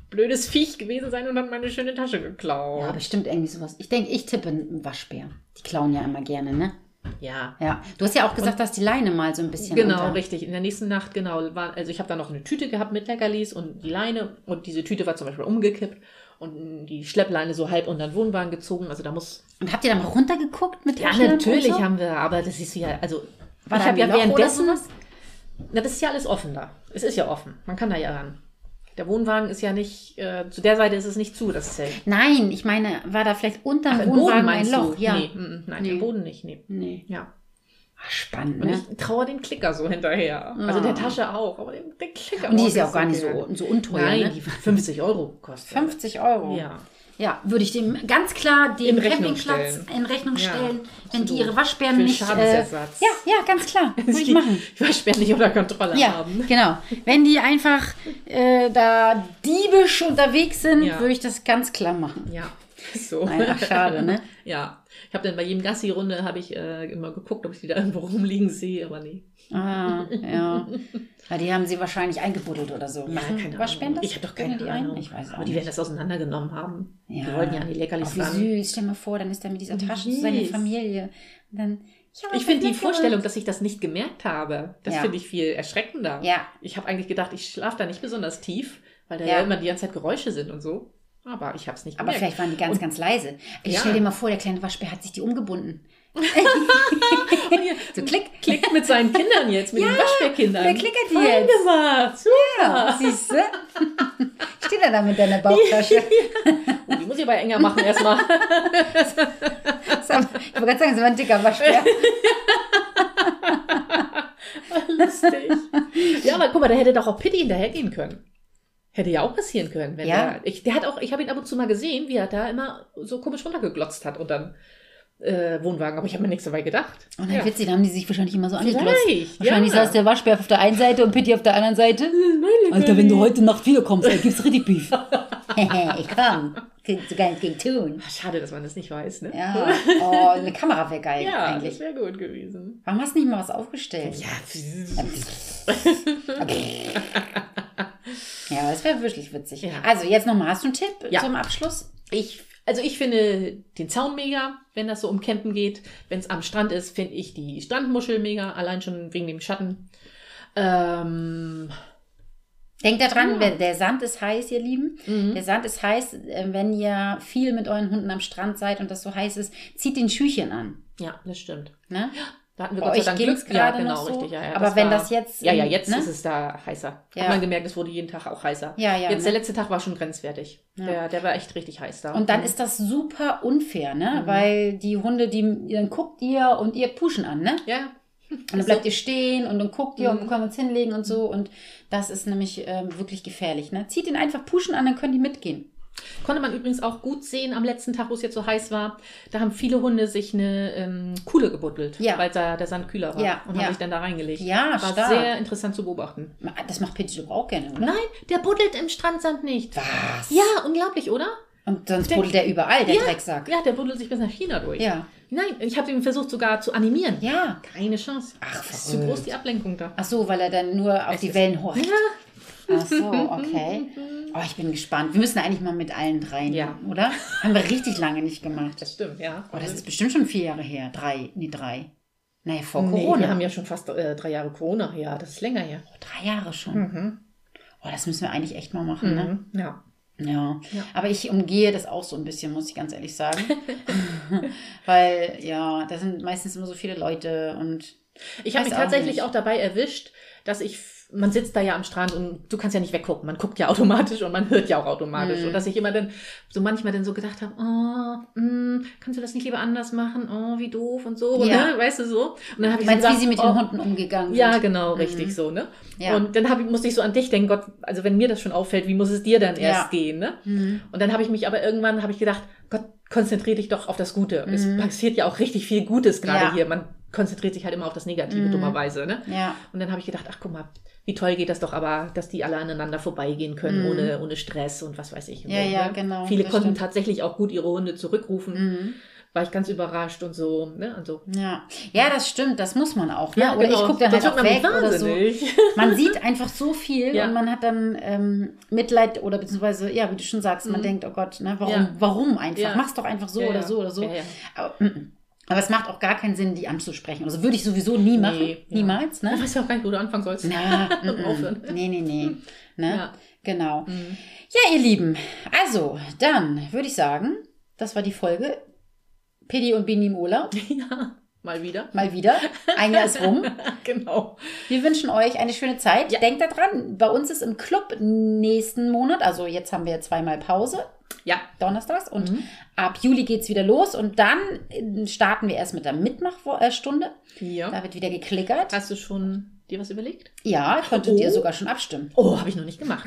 Speaker 2: blödes Viech gewesen sein und hat meine schöne Tasche
Speaker 1: Ja,
Speaker 2: geklaut.
Speaker 1: bestimmt irgendwie sowas. Ich denke, ich tippe einen Waschbär. Die klauen ja immer gerne, ne?
Speaker 2: Ja,
Speaker 1: Ja. Du hast ja auch gesagt, dass die Leine mal so ein bisschen.
Speaker 2: genau,
Speaker 1: unter-
Speaker 2: richtig. In der nächsten Nacht, genau, war, also ich habe da noch eine Tüte gehabt mit Leckerlis und die Leine und diese Tüte war zum Beispiel umgekippt und die Schleppleine so halb unter den Wohnwagen gezogen. Also da muss
Speaker 1: Und habt ihr dann mal runtergeguckt mit
Speaker 2: Ja,
Speaker 1: Taschen und
Speaker 2: natürlich
Speaker 1: so?
Speaker 2: haben wir, aber das ist ja, also
Speaker 1: War
Speaker 2: ich
Speaker 1: da
Speaker 2: habe ja
Speaker 1: ein Loch oder
Speaker 2: währenddessen,
Speaker 1: sowas?
Speaker 2: na das ist ja alles offen da. Es ist ja offen, man kann da ja ran. Der Wohnwagen ist ja nicht, äh, zu der Seite ist es nicht zu, das Zelt.
Speaker 1: Nein, ich meine, war da vielleicht unterm
Speaker 2: Im
Speaker 1: Wohnwagen ein Loch?
Speaker 2: du?
Speaker 1: Ja.
Speaker 2: Nee, mm, mm, nein,
Speaker 1: Nee.
Speaker 2: im Boden nicht, nee.
Speaker 1: Nee.
Speaker 2: Ja.
Speaker 1: Ach, spannend,
Speaker 2: Und
Speaker 1: ne?
Speaker 2: ich traue dem Klicker so hinterher. Also der Tasche auch, aber dem, der Klicker
Speaker 1: Und die Ah. ist
Speaker 2: mag
Speaker 1: ja
Speaker 2: ich
Speaker 1: auch gar nicht
Speaker 2: gerne.
Speaker 1: so, so unteuer,
Speaker 2: Nein,
Speaker 1: ne?
Speaker 2: die 50 Euro kostet.
Speaker 1: 50 Euro.
Speaker 2: Ja.
Speaker 1: Ja, würde ich dem ganz klar den
Speaker 2: In Rechnung
Speaker 1: Campingplatz
Speaker 2: stellen.
Speaker 1: in Rechnung
Speaker 2: Ja,
Speaker 1: stellen, wenn
Speaker 2: absolut.
Speaker 1: die ihre Waschbären
Speaker 2: Für den
Speaker 1: nicht. Äh, ja,
Speaker 2: Schadensersatz.
Speaker 1: ja, ganz klar. Würde ich machen.
Speaker 2: Ich war spärlich unter Kontrolle
Speaker 1: Ja,
Speaker 2: haben.
Speaker 1: genau. Wenn die einfach äh, da diebisch unterwegs sind,
Speaker 2: Ja.
Speaker 1: würde ich das ganz klar machen.
Speaker 2: Ja, so.
Speaker 1: Nein, ach, schade, ne?
Speaker 2: ja, ich habe dann bei jedem Gassi-Runde habe ich äh, immer geguckt, ob ich die da irgendwo rumliegen sehe, aber nee.
Speaker 1: Ah, ja. ja. Die haben sie wahrscheinlich eingebuddelt oder so. Machen Waschbären das?
Speaker 2: Ich habe doch keine
Speaker 1: Buddel die
Speaker 2: Ahnung.
Speaker 1: Ein? Ich weiß auch
Speaker 2: aber die
Speaker 1: nicht.
Speaker 2: werden das auseinandergenommen haben.
Speaker 1: Ja.
Speaker 2: Die wollten ja an die Leckerlis
Speaker 1: Ach, wie
Speaker 2: ran.
Speaker 1: süß. Stell mal vor, dann ist er mit dieser Tasche zu seiner
Speaker 2: Süß.
Speaker 1: Familie. Und dann, ja,
Speaker 2: Ich finde die
Speaker 1: lecker.
Speaker 2: Vorstellung, dass ich das nicht gemerkt habe, das
Speaker 1: Ja.
Speaker 2: finde ich viel erschreckender.
Speaker 1: Ja.
Speaker 2: Ich habe eigentlich gedacht, ich schlafe da nicht besonders tief, weil da
Speaker 1: Ja.
Speaker 2: ja. immer die ganze Zeit Geräusche sind und so. Aber ich habe es nicht
Speaker 1: Aber
Speaker 2: gemerkt.
Speaker 1: vielleicht waren die ganz, ganz leise. Ich
Speaker 2: Ja.
Speaker 1: stell dir mal vor, der kleine Waschbär hat sich die umgebunden. so klick.
Speaker 2: Klickt mit seinen Kindern jetzt, mit den Waschbärkindern.
Speaker 1: wer klickert die
Speaker 2: Fein
Speaker 1: jetzt?
Speaker 2: Gemacht.
Speaker 1: Ja, siehst du? Steht er da mit deiner Bauchtasche?
Speaker 2: Oh, die muss ich aber enger machen erstmal.
Speaker 1: Das war- Ich wollte gerade sagen, es war ein dicker Waschbär.
Speaker 2: Lustig. Ja, aber guck mal, der hätte doch auch Pitti hinterhergehen können. Hätte ja auch passieren können. Wenn
Speaker 1: Ja.
Speaker 2: ja. Der, ich, der hat auch, ich habe ihn ab und zu mal gesehen, wie er da immer so komisch runtergeglotzt hat und dann äh, Wohnwagen. Aber ich habe mir nichts dabei gedacht.
Speaker 1: Und dann
Speaker 2: ja.
Speaker 1: witzig, Oh da haben die sich wahrscheinlich immer so angeglotzt.
Speaker 2: Vielleicht,
Speaker 1: Wahrscheinlich
Speaker 2: ja.
Speaker 1: saß der Waschbär auf der einen Seite und Pitti auf der anderen Seite. Alter, wenn du heute Nacht wiederkommst, dann gibt's richtig Beef. Hey, komm. Kannst du gar nichts gegen tun.
Speaker 2: Ach, Schade, dass man das nicht weiß, ne?
Speaker 1: Ja, oh, eine Kamera wäre geil
Speaker 2: Ja, das
Speaker 1: eigentlich.
Speaker 2: wäre gut gewesen.
Speaker 1: Warum hast du nicht mal was aufgestellt?
Speaker 2: Ja,
Speaker 1: Ja, das wäre wirklich witzig.
Speaker 2: Ja.
Speaker 1: Also, jetzt nochmal, hast du einen Tipp
Speaker 2: Ja.
Speaker 1: zum Abschluss?
Speaker 2: ich, also ich finde den Zaun mega, wenn das so um Campen geht. Wenn es am Strand ist, finde ich die Strandmuschel mega, allein schon wegen dem Schatten. Ähm,
Speaker 1: Denkt daran,
Speaker 2: Ja.
Speaker 1: wer- der Sand ist heiß, ihr Lieben.
Speaker 2: Ah. Mhm.
Speaker 1: Der Sand ist heiß, äh, wenn ihr viel mit euren Hunden am Strand seid und das so heiß ist, zieht den Schüchchen an.
Speaker 2: ja, das stimmt.
Speaker 1: Ne?
Speaker 2: Da hatten wir
Speaker 1: Bei
Speaker 2: Gott sei
Speaker 1: euch
Speaker 2: Dank
Speaker 1: ging's
Speaker 2: Glück. Ja,
Speaker 1: gerade
Speaker 2: genau,
Speaker 1: noch so.
Speaker 2: richtig. Ja, ja,
Speaker 1: Aber wenn
Speaker 2: war-
Speaker 1: das jetzt,
Speaker 2: Ja, ja,
Speaker 1: ähm,
Speaker 2: jetzt
Speaker 1: ne?
Speaker 2: ist es da heißer.
Speaker 1: Ja.
Speaker 2: Hat man gemerkt, es wurde jeden Tag auch heißer.
Speaker 1: Ja, ja,
Speaker 2: jetzt
Speaker 1: ne?
Speaker 2: der letzte Tag war schon grenzwertig.
Speaker 1: Ja.
Speaker 2: Der, der war echt richtig heiß da.
Speaker 1: Und dann ist das super unfair, ne?
Speaker 2: Mhm.
Speaker 1: Weil die Hunde, die dann guckt ihr und ihr pushen an, ne?
Speaker 2: Ja, ja.
Speaker 1: Und dann bleibt ihr stehen und dann guckt ihr und
Speaker 2: Mhm.
Speaker 1: können wir uns hinlegen und so. Und das ist nämlich ähm, wirklich gefährlich, ne? Zieht ihn einfach pushen an, dann können die mitgehen.
Speaker 2: Konnte man übrigens auch gut sehen am letzten Tag, wo es jetzt so heiß war. Da haben viele Hunde sich eine ähm, Kuhle gebuddelt,
Speaker 1: Ja.
Speaker 2: weil da der Sand kühler war.
Speaker 1: Ja,
Speaker 2: Und
Speaker 1: ja.
Speaker 2: haben sich dann da reingelegt.
Speaker 1: Ja,
Speaker 2: war
Speaker 1: stark.
Speaker 2: sehr interessant zu beobachten.
Speaker 1: Das macht Pitti doch auch gerne, oder?
Speaker 2: Nein, der buddelt im Strandsand nicht.
Speaker 1: Was?
Speaker 2: Ja, unglaublich, oder?
Speaker 1: Und sonst
Speaker 2: Der-
Speaker 1: buddelt der überall, der
Speaker 2: Ja.
Speaker 1: Drecksack.
Speaker 2: Ja, der buddelt sich bis nach China durch.
Speaker 1: Ja.
Speaker 2: Nein, ich habe ihn versucht sogar zu animieren.
Speaker 1: Ja.
Speaker 2: Keine Chance.
Speaker 1: Ach,
Speaker 2: Das ist zu groß die Ablenkung da.
Speaker 1: Ach so, weil er dann nur auf
Speaker 2: Es
Speaker 1: die
Speaker 2: ist-
Speaker 1: Wellen horcht.
Speaker 2: Ja,
Speaker 1: Ach so, okay. Oh, ich bin gespannt. Wir müssen eigentlich mal mit allen dreien,
Speaker 2: Ja.
Speaker 1: oder? Haben wir richtig lange nicht gemacht.
Speaker 2: das stimmt, ja.
Speaker 1: Oh, das ist bestimmt schon vier Jahre her. Drei, nee, drei. Naja, vor
Speaker 2: nee,
Speaker 1: Corona.
Speaker 2: wir haben ja schon fast äh, drei Jahre Corona. Ja, das ist länger her.
Speaker 1: Drei Jahre schon.
Speaker 2: Hm.
Speaker 1: Oh, das müssen wir eigentlich echt mal machen, ne?
Speaker 2: Mhm, Ja.
Speaker 1: Ja.
Speaker 2: Ja.
Speaker 1: Aber ich umgehe das auch so ein bisschen, muss ich ganz ehrlich sagen. Weil, ja, da sind meistens immer so viele Leute und
Speaker 2: Ich habe
Speaker 1: Weiß
Speaker 2: mich
Speaker 1: auch
Speaker 2: tatsächlich
Speaker 1: nicht.
Speaker 2: auch dabei erwischt, dass ich man sitzt da ja am Strand und du kannst ja nicht weggucken. Man guckt ja automatisch und man hört ja auch automatisch.
Speaker 1: Mhm.
Speaker 2: Und dass ich immer dann, so manchmal dann so gedacht habe, oh, mh, kannst du das nicht lieber anders machen? Oh, wie doof und so.
Speaker 1: Ja.
Speaker 2: Ne? Weißt du so? Und dann habe
Speaker 1: Du
Speaker 2: ich
Speaker 1: meinst,
Speaker 2: so
Speaker 1: wie
Speaker 2: gesagt,
Speaker 1: sie mit
Speaker 2: oh,
Speaker 1: den Hunden umgegangen
Speaker 2: Ja,
Speaker 1: sind.
Speaker 2: genau, richtig
Speaker 1: Mhm.
Speaker 2: so, ne?
Speaker 1: Ja.
Speaker 2: Und dann hab, ich- musste ich so an dich denken, Gott, also wenn mir das schon auffällt, wie muss es dir dann erst
Speaker 1: Ja.
Speaker 2: gehen, ne?
Speaker 1: Mhm.
Speaker 2: Und dann habe ich mich aber irgendwann habe ich gedacht, Gott, konzentriere dich doch auf das Gute. Es
Speaker 1: Mhm.
Speaker 2: passiert ja auch richtig viel Gutes gerade
Speaker 1: Ja.
Speaker 2: hier. Man konzentriert sich halt immer auf das Negative,
Speaker 1: Mhm.
Speaker 2: dummerweise. Ne?
Speaker 1: Ja.
Speaker 2: Und dann habe ich gedacht, ach guck mal, wie toll geht das doch aber, dass die alle aneinander vorbeigehen können,
Speaker 1: Mhm.
Speaker 2: ohne, ohne Stress und was weiß ich. und
Speaker 1: Ja,
Speaker 2: so,
Speaker 1: ja,
Speaker 2: ne?
Speaker 1: genau,
Speaker 2: Viele
Speaker 1: das
Speaker 2: konnten
Speaker 1: stimmt.
Speaker 2: tatsächlich auch gut ihre Hunde zurückrufen.
Speaker 1: Mhm.
Speaker 2: War ich ganz überrascht und so. Ne? Und so.
Speaker 1: Ja. ja, das stimmt, das muss man auch. Ne? oder ich gucke dann
Speaker 2: Sonst
Speaker 1: halt auch
Speaker 2: wird
Speaker 1: weg
Speaker 2: genau. man
Speaker 1: oder so.
Speaker 2: wahnsinnig.
Speaker 1: Man sieht einfach so viel
Speaker 2: Ja.
Speaker 1: und man hat dann ähm, Mitleid oder beziehungsweise, ja, wie du schon sagst, man
Speaker 2: Mhm.
Speaker 1: denkt, oh Gott, ne, warum,
Speaker 2: Ja.
Speaker 1: warum einfach?
Speaker 2: Ja.
Speaker 1: Mach's doch einfach so
Speaker 2: Ja,
Speaker 1: oder
Speaker 2: ja.
Speaker 1: so oder so.
Speaker 2: Ja, ja.
Speaker 1: Aber, mm, aber es macht auch gar keinen Sinn, die anzusprechen. Also würde ich sowieso nie machen.
Speaker 2: Nee, ja.
Speaker 1: Niemals,
Speaker 2: Ich
Speaker 1: ne?
Speaker 2: weiß ja auch gar nicht, wo du anfangen sollst.
Speaker 1: Na, mm,
Speaker 2: Aufhören.
Speaker 1: mm. nee, nee, nee. Ne?
Speaker 2: Ja. Mhm.
Speaker 1: Genau. Ja, ihr Lieben, also dann würde ich sagen, das war die Folge. Pedi und Bini im Urlaub.
Speaker 2: ja, mal wieder.
Speaker 1: Mal wieder. Ein Jahr ist rum.
Speaker 2: genau.
Speaker 1: Wir wünschen euch eine schöne Zeit.
Speaker 2: Ja.
Speaker 1: Denkt daran, bei uns ist im Club nächsten Monat, also jetzt haben wir zweimal Pause,
Speaker 2: Ja.
Speaker 1: donnerstags, und
Speaker 2: Mhm.
Speaker 1: ab Juli geht es wieder los. Und dann äh, starten wir erst mit der Mitmachstunde.
Speaker 2: Ja.
Speaker 1: Da wird wieder geklickert.
Speaker 2: Hast du schon dir was überlegt?
Speaker 1: Ja, konntet
Speaker 2: Oh.
Speaker 1: ihr sogar schon abstimmen.
Speaker 2: Oh, habe ich noch nicht gemacht.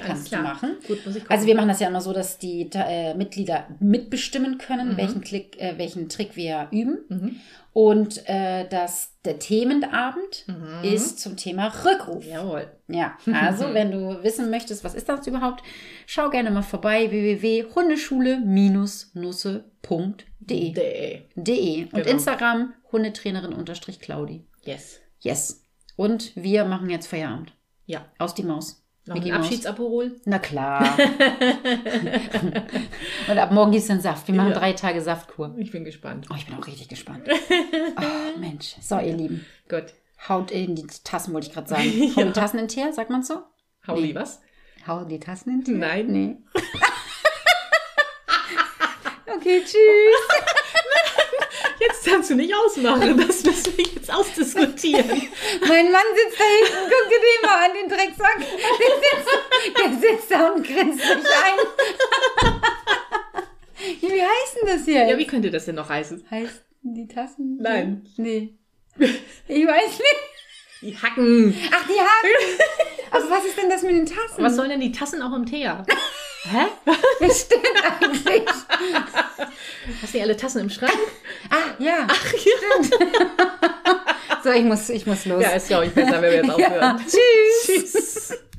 Speaker 1: Mhm.
Speaker 2: alles
Speaker 1: kannst du
Speaker 2: klar.
Speaker 1: machen.
Speaker 2: Gut, muss ich gucken.
Speaker 1: Also wir machen das ja immer so, dass die äh, Mitglieder mitbestimmen können,
Speaker 2: Mhm.
Speaker 1: welchen, Klick, äh, welchen Trick wir üben.
Speaker 2: Mhm.
Speaker 1: Und äh, dass der Themenabend
Speaker 2: Mhm.
Speaker 1: ist zum Thema Rückruf.
Speaker 2: Jawohl.
Speaker 1: Ja, also wenn du wissen möchtest, was ist das überhaupt, schau gerne mal vorbei www.hundeschule-nusse.de
Speaker 2: Day.
Speaker 1: und
Speaker 2: Genau.
Speaker 1: Instagram hundetrainerin-claudi.
Speaker 2: Yes.
Speaker 1: Yes. Und wir machen jetzt Feierabend.
Speaker 2: Ja.
Speaker 1: Aus die Maus.
Speaker 2: Noch
Speaker 1: Mickey
Speaker 2: ein
Speaker 1: Maus.
Speaker 2: Abschiedsaperol.
Speaker 1: Na klar. und ab morgen gibt's dann Saft. Wir machen
Speaker 2: Ja.
Speaker 1: drei Tage Saftkur.
Speaker 2: Ich bin gespannt.
Speaker 1: Oh, ich bin auch richtig gespannt. Oh, Mensch. So, ihr Lieben.
Speaker 2: Gut.
Speaker 1: Haut in die Tassen, wollte ich gerade sagen. Haut die Tassen in den Teer, sagt man so?
Speaker 2: Hauli,
Speaker 1: Nee.
Speaker 2: was?
Speaker 1: Hauen die Tassen in den Tee?
Speaker 2: Nein.
Speaker 1: Nee. okay, tschüss.
Speaker 2: Jetzt kannst du nicht ausmachen. Das müssen wir jetzt ausdiskutieren.
Speaker 1: Mein Mann sitzt da hinten, guck dir den mal an, den Drecksack. Der sitzt, der sitzt da und grinst sich ein. Ja, wie heißt denn das hier?
Speaker 2: ja, wie könnte das denn noch heißen?
Speaker 1: heißt die Tassen?
Speaker 2: Nein.
Speaker 1: Nee. Ich weiß nicht.
Speaker 2: Die Hacken.
Speaker 1: Ach, die Haken. Aber was ist denn das mit den Tassen?
Speaker 2: Was sollen denn die Tassen auch im Teer? Hä?
Speaker 1: das stimmt eigentlich?
Speaker 2: Hast du nicht alle Tassen im Schrank?
Speaker 1: Ah, ja. Ach, stimmt. so, ich muss, ich muss los.
Speaker 2: ja, ist ja auch nicht besser, wenn wir jetzt aufhören.
Speaker 1: Tschüss.
Speaker 2: Tschüss.